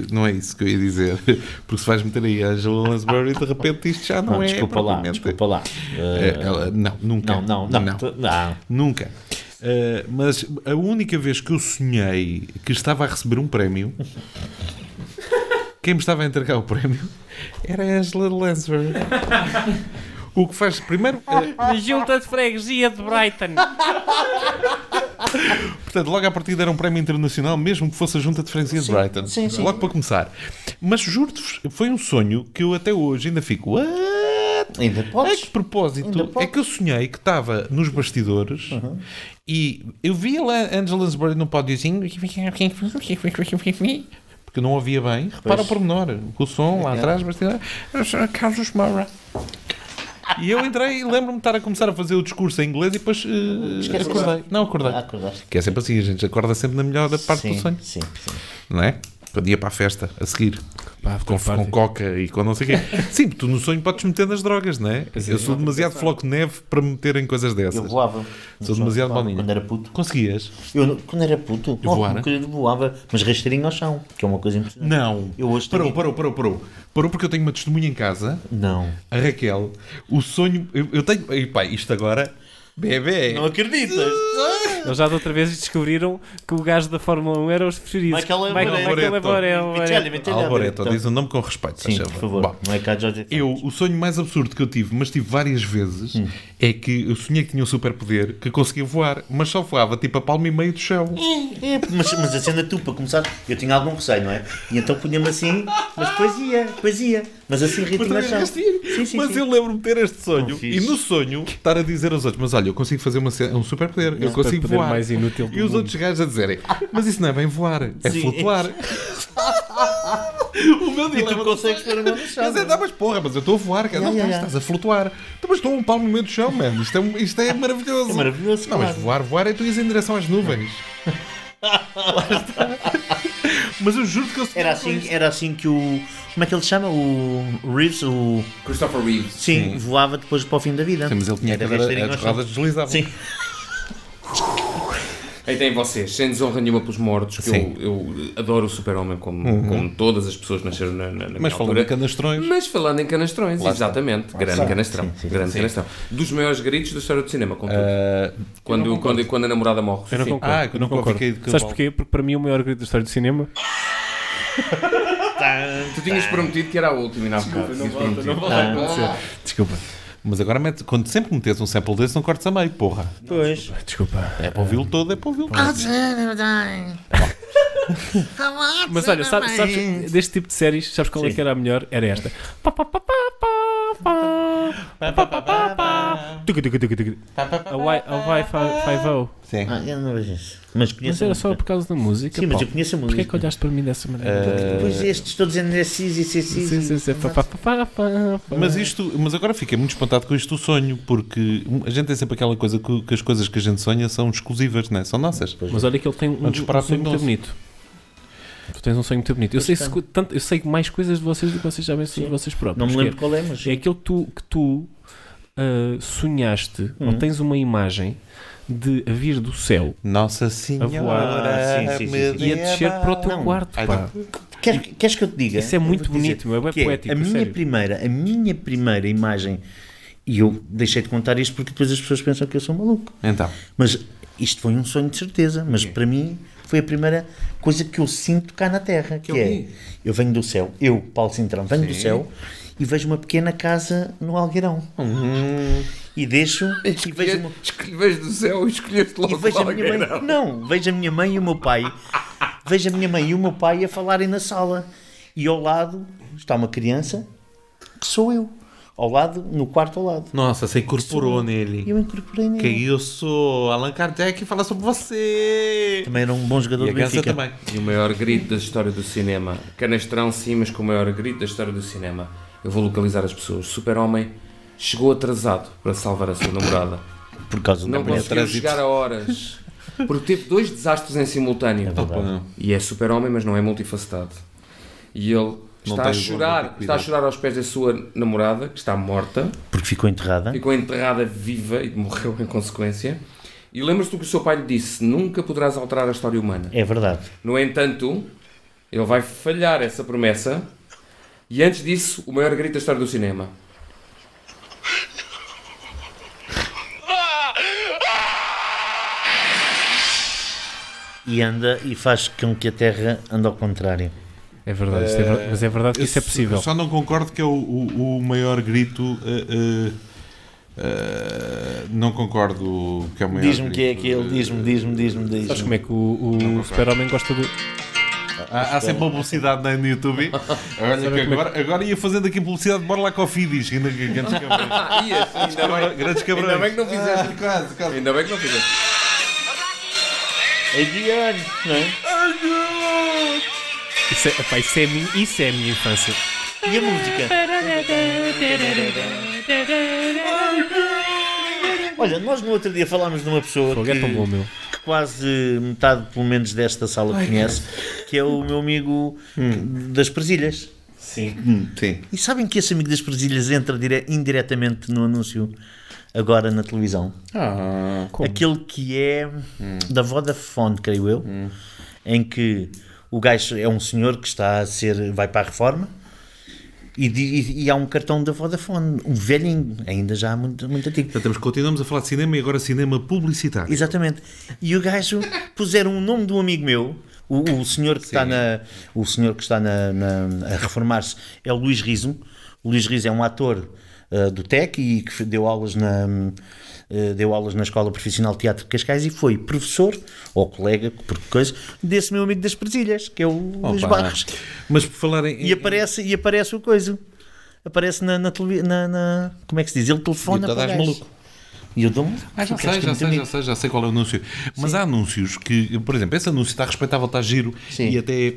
A: de- não é isso que eu ia dizer. Porque se vais meter aí a Angela Lansbury, de repente isto já não,
B: Não,
A: é.
B: Ah, desculpa lá,
A: propriamente-
B: desculpa lá.
A: Eh,
B: Uh,
A: ela- não, nunca.
B: não, não, não. tu- não.
A: Nunca. Eh, mas a única vez que eu sonhei que estava a receber um prémio, quem me estava a entregar o prémio era a Angela Lansbury. O que faz primeiro, eh,
C: Junta de freguesia de Brighton.
A: portanto, logo à partida era um prémio internacional, mesmo que fosse a junta de freguesia de Brighton.
B: sim, sim.
A: Logo para começar. Mas juro-vos, foi um sonho que eu até hoje ainda fico. "What?"
B: Ainda
A: A É que
B: podes? Ainda
A: propósito
B: podes.
A: é que eu sonhei que estava nos bastidores e eu vi a Angela Lansbury num pódiozinho porque eu não ouvia bem. Repara o pormenor, com o som
B: É.
A: lá atrás, bastidor. Carlos Moura. E eu entrei e lembro-me de estar a começar a fazer o discurso em inglês e depois eh, acordei. Não, acordei.
B: Ah, acordaste.
A: Que é sempre assim, a gente acorda sempre na melhor da parte
B: sim,
A: do sonho,
B: Sim, sim.
A: não é? Quando ia para a festa, a seguir,
C: Pá,
A: com, com coca e com não sei o quê. Sim, tu no sonho podes meter nas drogas, não é? Eu sou demasiado floco de neve para me meter em coisas dessas.
B: Eu voava.
A: Sou demasiado malinho.
B: Quando era puto.
A: Conseguias?
B: Eu, não- quando era puto,
A: Eu
B: oh,
A: voara?
B: meu querido, voava, mas rasteirinho ao chão, que é uma coisa impressionante.
A: Não.
B: Eu hoje
A: parou,
B: tenho-
A: parou, parou, parou. Parou porque eu tenho uma testemunha em casa,
B: Não.
A: a Raquel. O sonho. Eu, eu tenho. E pá, isto agora. Bebê.
B: Não acreditas?
C: Eles já de outra vez descobriram que o gajo da Fórmula 1 era os preferidos.
B: Michael Alboreto.
C: Michael
B: Vitale,
C: Alboreto.
B: Vitale,
A: Alboreto,
B: Alboreto.
A: diz o nome com respeito, se
B: então. Sim,
A: achava.
B: por favor.
A: Bom,
B: Não é cá, Jorge.
A: Eu, o sonho mais absurdo que eu tive, mas tive várias vezes,
B: Hum.
A: é que eu sonhei que tinha um superpoder que conseguia voar, mas só voava tipo a palma e meio do chão.
B: É, mas, mas a cena tu, para começar, eu tinha algum receio, não é? E então punha-me assim, mas depois ia, depois ia. Mas assim ritinho ao chão. Sim, sim,
A: é mas
B: sim.
A: eu lembro-me de ter este sonho
B: Não
A: e
B: fiz.
A: no sonho estar a dizer aos outros: Mas olha, eu consigo fazer uma, ce- um superpoder, eu consigo
C: superpoder
A: voar.
C: mais inútil do
A: e os
C: mundo.
A: outros gajos a dizerem: Mas isso não é bem voar, é
B: Sim.
A: flutuar. o meu
B: E tu
A: dilema.
B: consegues pôr a mão no chão.
A: Mas é, dá, mas porra, mas eu estou a voar, cara.
B: Ya,
A: não,
B: ya,
A: tá,
B: ya.
A: estás a flutuar. Tá, mas estou a um palmo no meio do chão, mano. Isto é, um- isto é maravilhoso.
B: É maravilhoso,
A: Não, mas
B: claro.
A: voar, voar é tu ires em direção às nuvens. Lá está. mas eu juro que eu um
B: Era assim, era assim que o. Como é que ele se chama? O Reeves? O,
D: Christopher Reeves.
B: sim, voava depois para o fim da vida.
A: Sim, mas ele tinha
B: Era
A: que
B: rasteirinho
A: as
B: ao chão.
A: rodas deslizavam.
B: Sim.
D: Aí tem vocês, sem desonra nenhuma pelos mortos, que
A: Sim. Uhum.
D: eu, eu adoro o Super-Homem como, como todas as pessoas nasceram na, na, na
A: Mas
D: minha
A: falando
D: altura.
A: de canastrões,
D: Mas falando em canastrões, exatamente. grande canastrão. grande canastrão. Dos maiores gritos da história do cinema, contudo.
A: ah,
D: quando, quando, quando a namorada morre.
C: Eu não
D: sim.
C: concordo.
A: Ah, eu
C: eu
A: não
C: não concordo.
A: fiquei com-
C: Sabes porquê? Porque para mim o maior grito da história do cinema
D: Tu tinhas prometido que era a última e não Desculpa, não volta, Ah, não volta a
B: Ah,
D: acontecer.
A: desculpa. Mas agora, mete- quando sempre metes um sample desse, não cortes a meio, porra.
B: Pois.
C: Desculpa.
A: É para ouvi-lo todo, é para ouvi-lo todo.
C: Mas olha, sabes, sabes, deste tipo de séries, sabes qual é que era a melhor? Era esta. Pá, pá, pá, pá, pá, pá, pá, pá, pá, pá. Tucu, tucu, tucu, tucu. A Wi- a Wi-Fi 5
A: Sim.
B: Ah, eu não vejo isso. Mas
C: oh. Mas
B: conheço. a
C: era
B: música.
C: só por causa da música.
B: Sim, mas
C: pá.
B: eu conheço a
C: Porquê é que
B: música. Eh,
C: olhaste para mim dessa maneira?
B: Pois estes todos dizendo esses e esses
C: Eh, Sim, sim, sim. Pá, pá, pá, pá, pá, pá.
A: Mas, isto, mas agora fiquei muito espantado com isto do sonho, porque a gente tem sempre aquela coisa que, que as coisas que a gente sonha são exclusivas, não é? são nossas.
C: Mas olha que ele tem um,
A: Um
C: um
A: disparate
C: sonho muito
A: nosso.
C: bonito. Tu tens um sonho muito bonito. Eu sei, se- tanto, eu sei mais coisas de vocês do que vocês sabem sobre vocês próprios.
B: Não me
C: que
B: lembro qual é, mas.
C: é, é aquilo que tu, que tu ah, sonhaste
A: Uhum.
C: ou tens uma imagem de a vir do céu
A: Nossa
C: a
A: Senhora.
C: voar
B: Ah, sim, sim, sim, sim.
C: e a descer para o teu
B: Não.
C: quarto.
A: É, Ai,
C: Pá.
B: Queres, queres que eu te diga?
C: Isso é muito
B: Eu vou-te
C: bonito, meu, é bué
B: que
C: poético,
B: A minha
C: sério.
B: primeira, a minha primeira imagem, e eu deixei de contar isto porque depois as pessoas pensam que eu sou maluco.
A: Então,
B: Mas isto foi um sonho de certeza, mas para mim foi a primeira coisa que eu sinto cá na Terra, que, é eu venho do céu, eu, Paulo Cintrão, venho do céu e vejo uma pequena casa no Algueirão.
C: Uhum.
B: E deixo e
C: é
B: vejo uma,
D: Escolhe- vejo do céu e escolheste
B: e
D: logo
B: vejo a minha
D: alguém,
B: mãe.
D: não.
B: Não, vejo a minha mãe e o meu pai. Vejo a minha mãe e o meu pai a falarem na sala. E ao lado está uma criança que sou eu. Ao lado, no quarto ao lado.
A: nossa, se incorporou nele.
B: E eu incorporei nele.
A: Que é eu sou Allan Kardec e fala sobre você.
B: Também era um bom jogador
A: E
B: de
A: a criança
B: Benfica.
A: também.
D: E o maior grito da história do cinema. Canastrão, sim, mas com o maior grito da história do cinema. Eu vou localizar as pessoas. Super-Homem chegou atrasado para salvar a sua namorada.
B: Por causa da
D: Não
B: mulher.
D: conseguiu chegar a horas. Porque teve dois desastres em simultâneo. e é super-homem, mas não é multifacetado. E ele está
A: tem o
D: a chorar,
A: bom
D: está a chorar aos pés da sua namorada, que está morta,
B: Porque ficou enterrada.
D: ficou enterrada viva e morreu em consequência. E lembras-te do que o seu pai lhe disse: nunca poderás alterar a história humana.
B: É verdade.
D: No entanto, ele vai falhar essa promessa. E antes disso, o maior grito da história do cinema.
B: E anda e faz com que a Terra ande ao contrário.
C: É verdade, isto é verdade, mas é verdade que isso é possível.
A: Eu só não concordo que é o, o- o maior grito. eh, eh, eh, não concordo que é o maior
B: Diz-me
A: grito.
B: que é aquele, diz-me, diz-me, diz-me,
C: Sabes
B: diz-me.
C: como é que o, o super-homem gosta do.
A: Há, há sempre uma publicidade né, no YouTube. Olha, que agora, agora ia fazendo aqui publicidade, bora lá com o Fidis. Ainda, que- grandes cabrões.
D: Ah, e esse, ainda bem,
A: Grandes cabrões. Ah,
D: ainda bem que não fizeste.
A: Quase, quase.
D: Ah. Ainda bem que não fizeste.
B: É Guiane, não é?
C: Isso é, epá, isso, é a minha, isso é a minha infância.
B: E a música? Olha, nós no outro dia falámos de uma pessoa
C: Fogo,
B: que,
C: é tão bom, meu.
B: que quase metade, pelo menos, desta sala conhece, que é o meu amigo das presilhas.
A: Sim.
B: E sabem que esse amigo das presilhas entra dire- indiretamente no anúncio agora na televisão?
A: Ah,
B: Aquele que é da Vodafone, creio eu, em que o gajo é um senhor que está a ser, vai para a reforma e, di- e- e há um cartão da Vodafone, um velhinho, ainda já muito, muito antigo.
A: Portanto, temos- continuamos a falar de cinema e agora cinema publicitário.
B: Exatamente. E o gajo puseram o nome de um amigo meu. O, o senhor que está na o senhor que está na, na- a reformar-se é o Luís Riso. O Luís Riso é um ator ah, do TEC e que deu aulas na ah, deu aulas na Escola Profissional de Teatro de Cascais e foi professor ou colega, por coisa, desse meu amigo das presilhas, que é o Luís
A: Opa.
B: Barros.
A: Mas por falar em.
B: E aparece e aparece o coisa. Aparece na, na, tele- na- na- como é que se diz? Ele
A: E tu
B: telefona para o
A: dás
B: gajo.
A: maluco.
B: E eu dou-me.
A: Ah, já sei, já sei, já sei, já sei qual é o anúncio. Mas há anúncios que, por exemplo, esse anúncio está respeitável, está giro.
B: Sim.
A: E até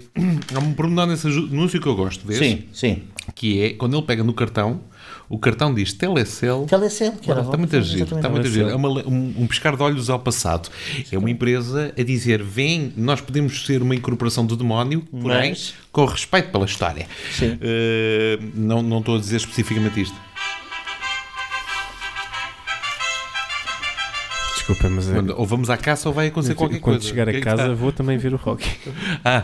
A: há um pormenor nesse anúncio que eu gosto desse,
B: Sim, sim.
A: que é quando ele pega no cartão, o cartão diz Telecel.
B: Telecel, é que era
A: Está muito a giro,
B: tá
A: está muito a giro. É
B: Telecel.
A: uma le- um, um piscar de olhos ao passado. É uma empresa a dizer: vem, nós podemos ser uma incorporação do demónio, porém,
B: Mas-
A: com respeito pela história.
B: Sim.
A: Eh, não, não estou a dizer especificamente isto.
C: desculpa, mas é-
A: Quando- ou vamos à caça ou vai acontecer qualquer
C: quando
A: coisa.
C: chegar
A: O que é
C: a
A: que
C: casa
A: está-
C: vou também ver o Rocky.
A: Ah,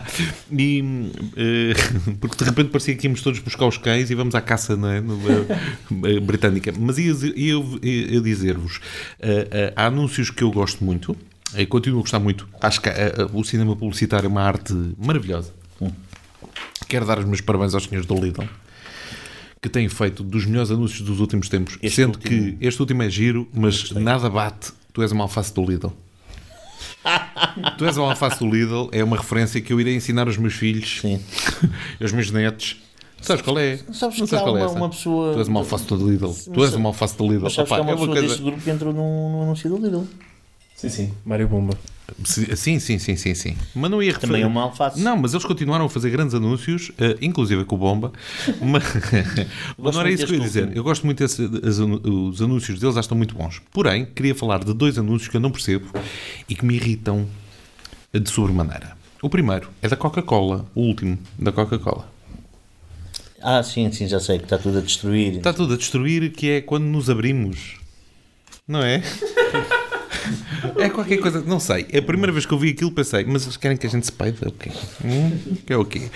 A: e, hum, eh, porque de repente parecia que íamos todos buscar os cães e vamos à caça não é? No- eh, eh, britânica. Mas ia, dizer- ia, ia- ia dizer-vos: eh, eh, há anúncios que eu gosto muito, e continuo a gostar muito. Acho que eh, eh, o cinema publicitário é uma arte maravilhosa. Quero dar os meus parabéns aos senhores do Lidl. Que têm feito dos melhores anúncios dos últimos tempos,
B: Este
A: sendo
B: último-
A: que este último é giro, mas nada bate. Tu és uma alface do Lidl. Tu és um alface do Lidl, é uma referência que eu irei ensinar aos meus filhos,
B: Sim.
A: aos meus netos. Sabes qual é?
B: sabes
A: Não
B: que há uma-
A: essa?
B: uma pessoa-
A: Tu és uma alface do Lidl. Tu és uma alface do Lidl.
B: Mas sabes
A: Opa,
B: que há uma
A: é uma
B: pessoa
A: coisa-
B: deste grupo que entrou num, num anúncio do Lidl.
C: Sim, sim. Mário Bomba.
A: Se- Sim, sim, sim, sim, sim. Mas não ia referir.
B: Também é uma alface.
A: Não, mas eles continuaram a fazer grandes anúncios, eh, inclusive com o Bomba. mas mas não
B: muito
A: era isso que eu ia
B: deste
A: dizer.
B: último.
A: Eu gosto muito desse, as anu- os anúncios deles, acho que estão muito bons. Porém, queria falar de dois anúncios que eu não percebo e que me irritam de sobremaneira. O primeiro é da Coca-Cola, o último da Coca-Cola.
B: Ah, sim, sim, já sei, que está tudo a destruir.
A: Está tudo a destruir, que é quando nos abrimos. Não é? É qualquer coisa, não sei. É A primeira vez que eu vi aquilo pensei, mas eles querem que a gente se peide? É o quê? Hum? Que é o quê?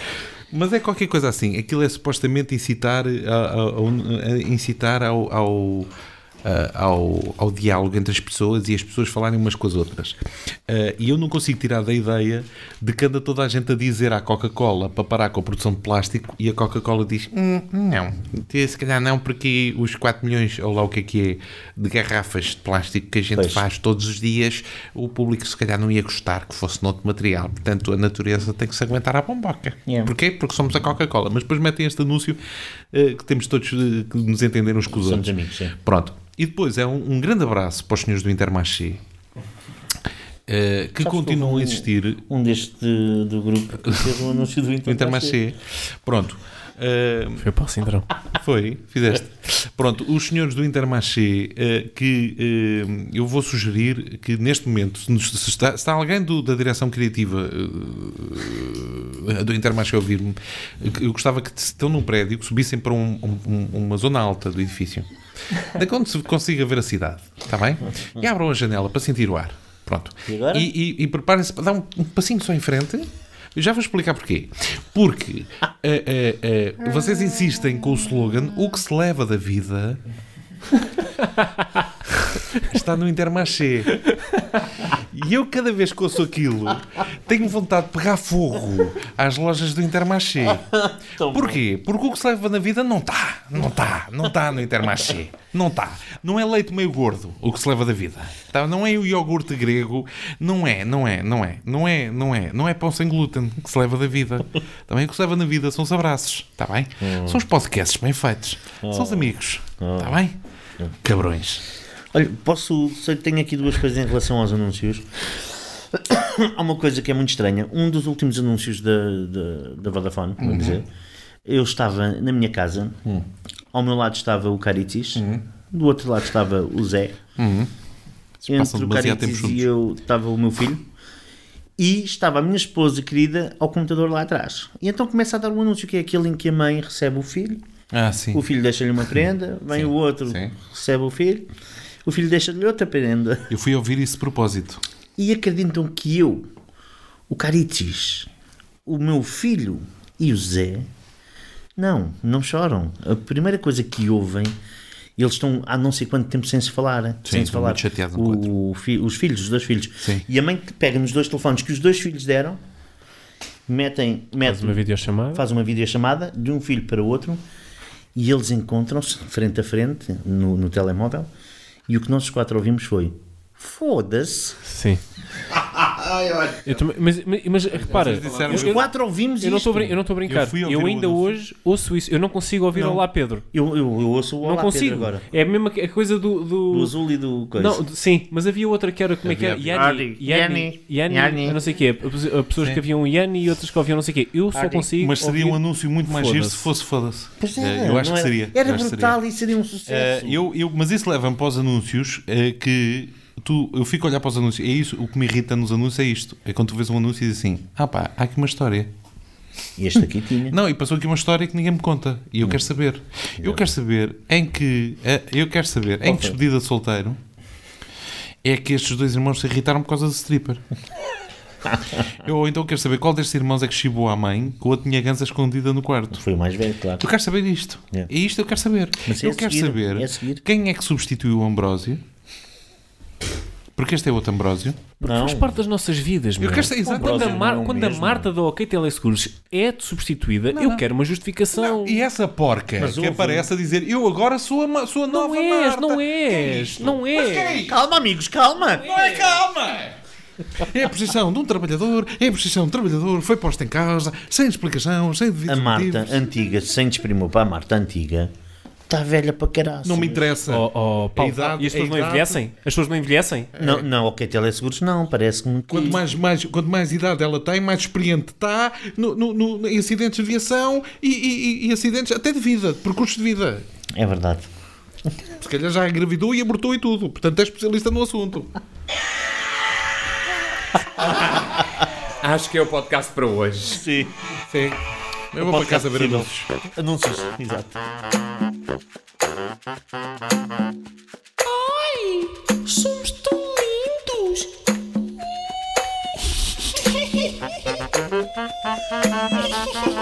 A: Mas é qualquer coisa assim. Aquilo é supostamente incitar, a, a- a- a- incitar ao, ao, a- ao, ao diálogo entre as pessoas e as pessoas falarem umas com as outras. Ah, e eu não consigo tirar da ideia de que anda toda a gente a dizer à Coca-Cola para parar com a produção de plástico e a Coca-Cola diz: "Hum, não, se calhar não, porque os 4 milhões, ou lá o que é que é, de garrafas de plástico que a gente
B: Pois.
A: faz faz todos os dias, o público se calhar não ia gostar que fosse noutro material. Portanto, a natureza tem que se aguentar à bomboca.
B: Yeah.
A: Porquê? Porque somos a Coca-Cola. Mas depois metem este anúncio eh, que temos todos eh, que nos entender uns com os outros.
B: Somos amigos, sim.
A: Pronto. E depois é um, um grande abraço para os senhores do Intermarché. eh, que
B: Sabes que
A: continuam a
B: houve um-
A: existir
B: Um deste do grupo que fez um anúncio do
A: no
B: Intermarché.
A: Intermarché. Pronto. Eh,
C: Foi para o Sindrão.
A: Foi, fizeste. Pronto, os senhores do Intermarché, eh, que eh, eu vou sugerir que neste momento, se, nos- se está, se está alguém do- da direção criativa eh, do Intermarché a ouvir-me, eh, que eu gostava que, se estão num prédio, que subissem para um- um- um- uma zona alta do edifício, de onde se consiga ver a cidade, está bem? E abram a janela para sentir o ar. Pronto.
B: E agora?
A: E, e- e preparem-se para dar um, um passinho só em frente. Eu já vou explicar porquê. Porque eh, eh, eh, vocês insistem com o slogan O que se leva da vida está no Intermarché. E eu, cada vez que ouço aquilo, tenho vontade de pegar fogo às lojas do Intermarché. Porquê? Porque o que se leva na vida não está. Não está. Não está no Intermarché. Não está. Não é leite meio gordo o que se leva da vida. Tá? Não é o iogurte grego. Não é, não é, não é. Não é, não é. Não é pão sem glúten que se leva da vida. Também o que se leva na vida são os abraços. Está bem?
B: Hum.
A: São os podcasts bem feitos. São os amigos. Está bem? Cabrões.
B: Olha, posso. Sei que tenho aqui duas coisas em relação aos anúncios. Há uma coisa que é muito estranha. Um dos últimos anúncios da, da, da Vodafone, vou dizer, eu estava na minha casa, ao meu lado estava o Caritis, do outro lado estava o Zé.
A: passam
B: Entre o
A: demasiado
B: Caritis
A: tempo juntos.
B: e eu estava o meu filho. E estava a minha esposa querida ao computador lá atrás. E então começa a dar um anúncio que é aquele em que a mãe recebe o filho
A: Ah, sim.
B: o filho deixa-lhe uma prenda, vem
A: Sim,
B: o outro,
A: sim.
B: recebe o filho, o filho deixa-lhe outra prenda.
A: Eu fui ouvir isso de propósito.
B: E acreditam que eu, o Caritis, o meu filho e o Zé, não, não choram. A primeira coisa que ouvem, eles estão há não sei quanto tempo sem se falar. sem se
A: estão
B: falar.
A: muito chateados um com o
B: o, fi- os filhos, os dois filhos.
A: Sim.
B: E a mãe que pega nos dois telefones que os dois filhos deram, metem,
C: Faz
B: metem
C: uma videochamada.
B: faz uma videochamada de um filho para o outro e eles encontram-se frente a frente no, no telemóvel e o que nós os quatro ouvimos foi foda-se.
C: Sim. Eu também- mas, mas, mas repara,
A: Vocês disseram-
B: Os
A: eu-
B: quatro ouvimos
C: eu não
B: isto.
C: estou brin- eu não estou a brincar.
A: Eu fui
C: Eu,
A: ouvir o
C: ainda
A: anúncio.
C: hoje ouço isso. Eu não consigo ouvir Olá Pedro.
B: Eu, eu, eu ouço o
C: não
B: Olá
C: consigo.
B: Pedro agora.
C: É a mesma que- a coisa do. do-
B: Do azul e do coisa.
C: Não, do- sim, mas havia outra que era como é que era?
A: Havia-
C: Yanni.
B: Ardi.
C: Yanni.
B: Yanni.
C: Yanni. eu Não sei o quê. Pe- Pessoas que haviam Yanni e outras que haviam não sei o quê. Eu só consigo.
A: Mas seria um
C: ouvir-
A: anúncio muito mais giro se
C: Foda-se.
A: fosse foda-se.
B: Pois
A: Eh,
B: era,
A: eu acho
B: não
A: que
B: era?
A: seria.
B: Era
A: Eu acho que seria.
B: brutal e seria um sucesso.
A: Eh, eu, eu, mas isso leva-me para os anúncios eh, que tu, eu fico a olhar para os anúncios. É isso, o que me irrita nos anúncios é isto. É quando tu vês um anúncio e diz assim: ah pá, há aqui uma história.
B: Este aqui tinha.
A: Não, e passou aqui uma história que ninguém me conta. E eu
B: Hum.
A: quero saber. Eu quero saber em que. eh, Eu quero saber em que despedida de solteiro é que estes dois irmãos se irritaram por causa do stripper. Eu ou então quero saber qual destes irmãos é que chibou à mãe que o outro tinha gansa escondida no quarto.
B: Foi o mais velho, claro.
A: Eu quero saber isto.
B: É.
A: É isto que eu quero saber.
B: Mas é
A: eu
B: a
A: quero
B: seguir,
A: saber
B: é a seguir.
A: quem é que substituiu o Ambrósio. Porque este é outro Ambrósio.
B: Não,
C: Faz parte das nossas vidas, meu.
A: quero saber, exato,
C: quando a,
A: não,
C: Mar-
B: não
C: quando a
B: mesmo.
C: Marta da OK Teleseguros é substituída, eu quero uma justificação.
A: E essa porca
B: Mas
A: que
B: houve-
A: aparece a dizer eu agora sou a, ma- sou a
C: Não
A: nova
C: és,
A: Marta.
C: não
A: Que é
C: és,
A: isto?
C: não és.
B: Calma, amigos, calma!
A: Ai, calma! É a posição de um trabalhador, é a posição de um trabalhador, foi posta em causa, sem explicação, sem devido
B: A Marta assim, antiga, sem desprimor para a Marta antiga, está Tá velha para caralho.
A: Não me interessa.
C: Oh, oh, Paulo,
A: A idade-
C: e as
A: a
C: pessoas não
A: idade-
C: envelhecem? As pessoas não envelhecem?
B: Não, não, ok, teleseguros não, parece-me que.
A: Quanto mais, mais, quanto mais idade ela tem, mais experiente está no, no- no- em acidentes de aviação e, e- e- e acidentes até de vida, de percurso de vida.
B: É verdade.
A: Se calhar já engravidou e abortou e tudo. Portanto, é especialista no assunto.
D: Acho que é o podcast para hoje.
B: Sim.
A: Sim. Eu vou para casa ver anúncios.
B: Anúncios, exato.
F: Ai, somos tão lindos.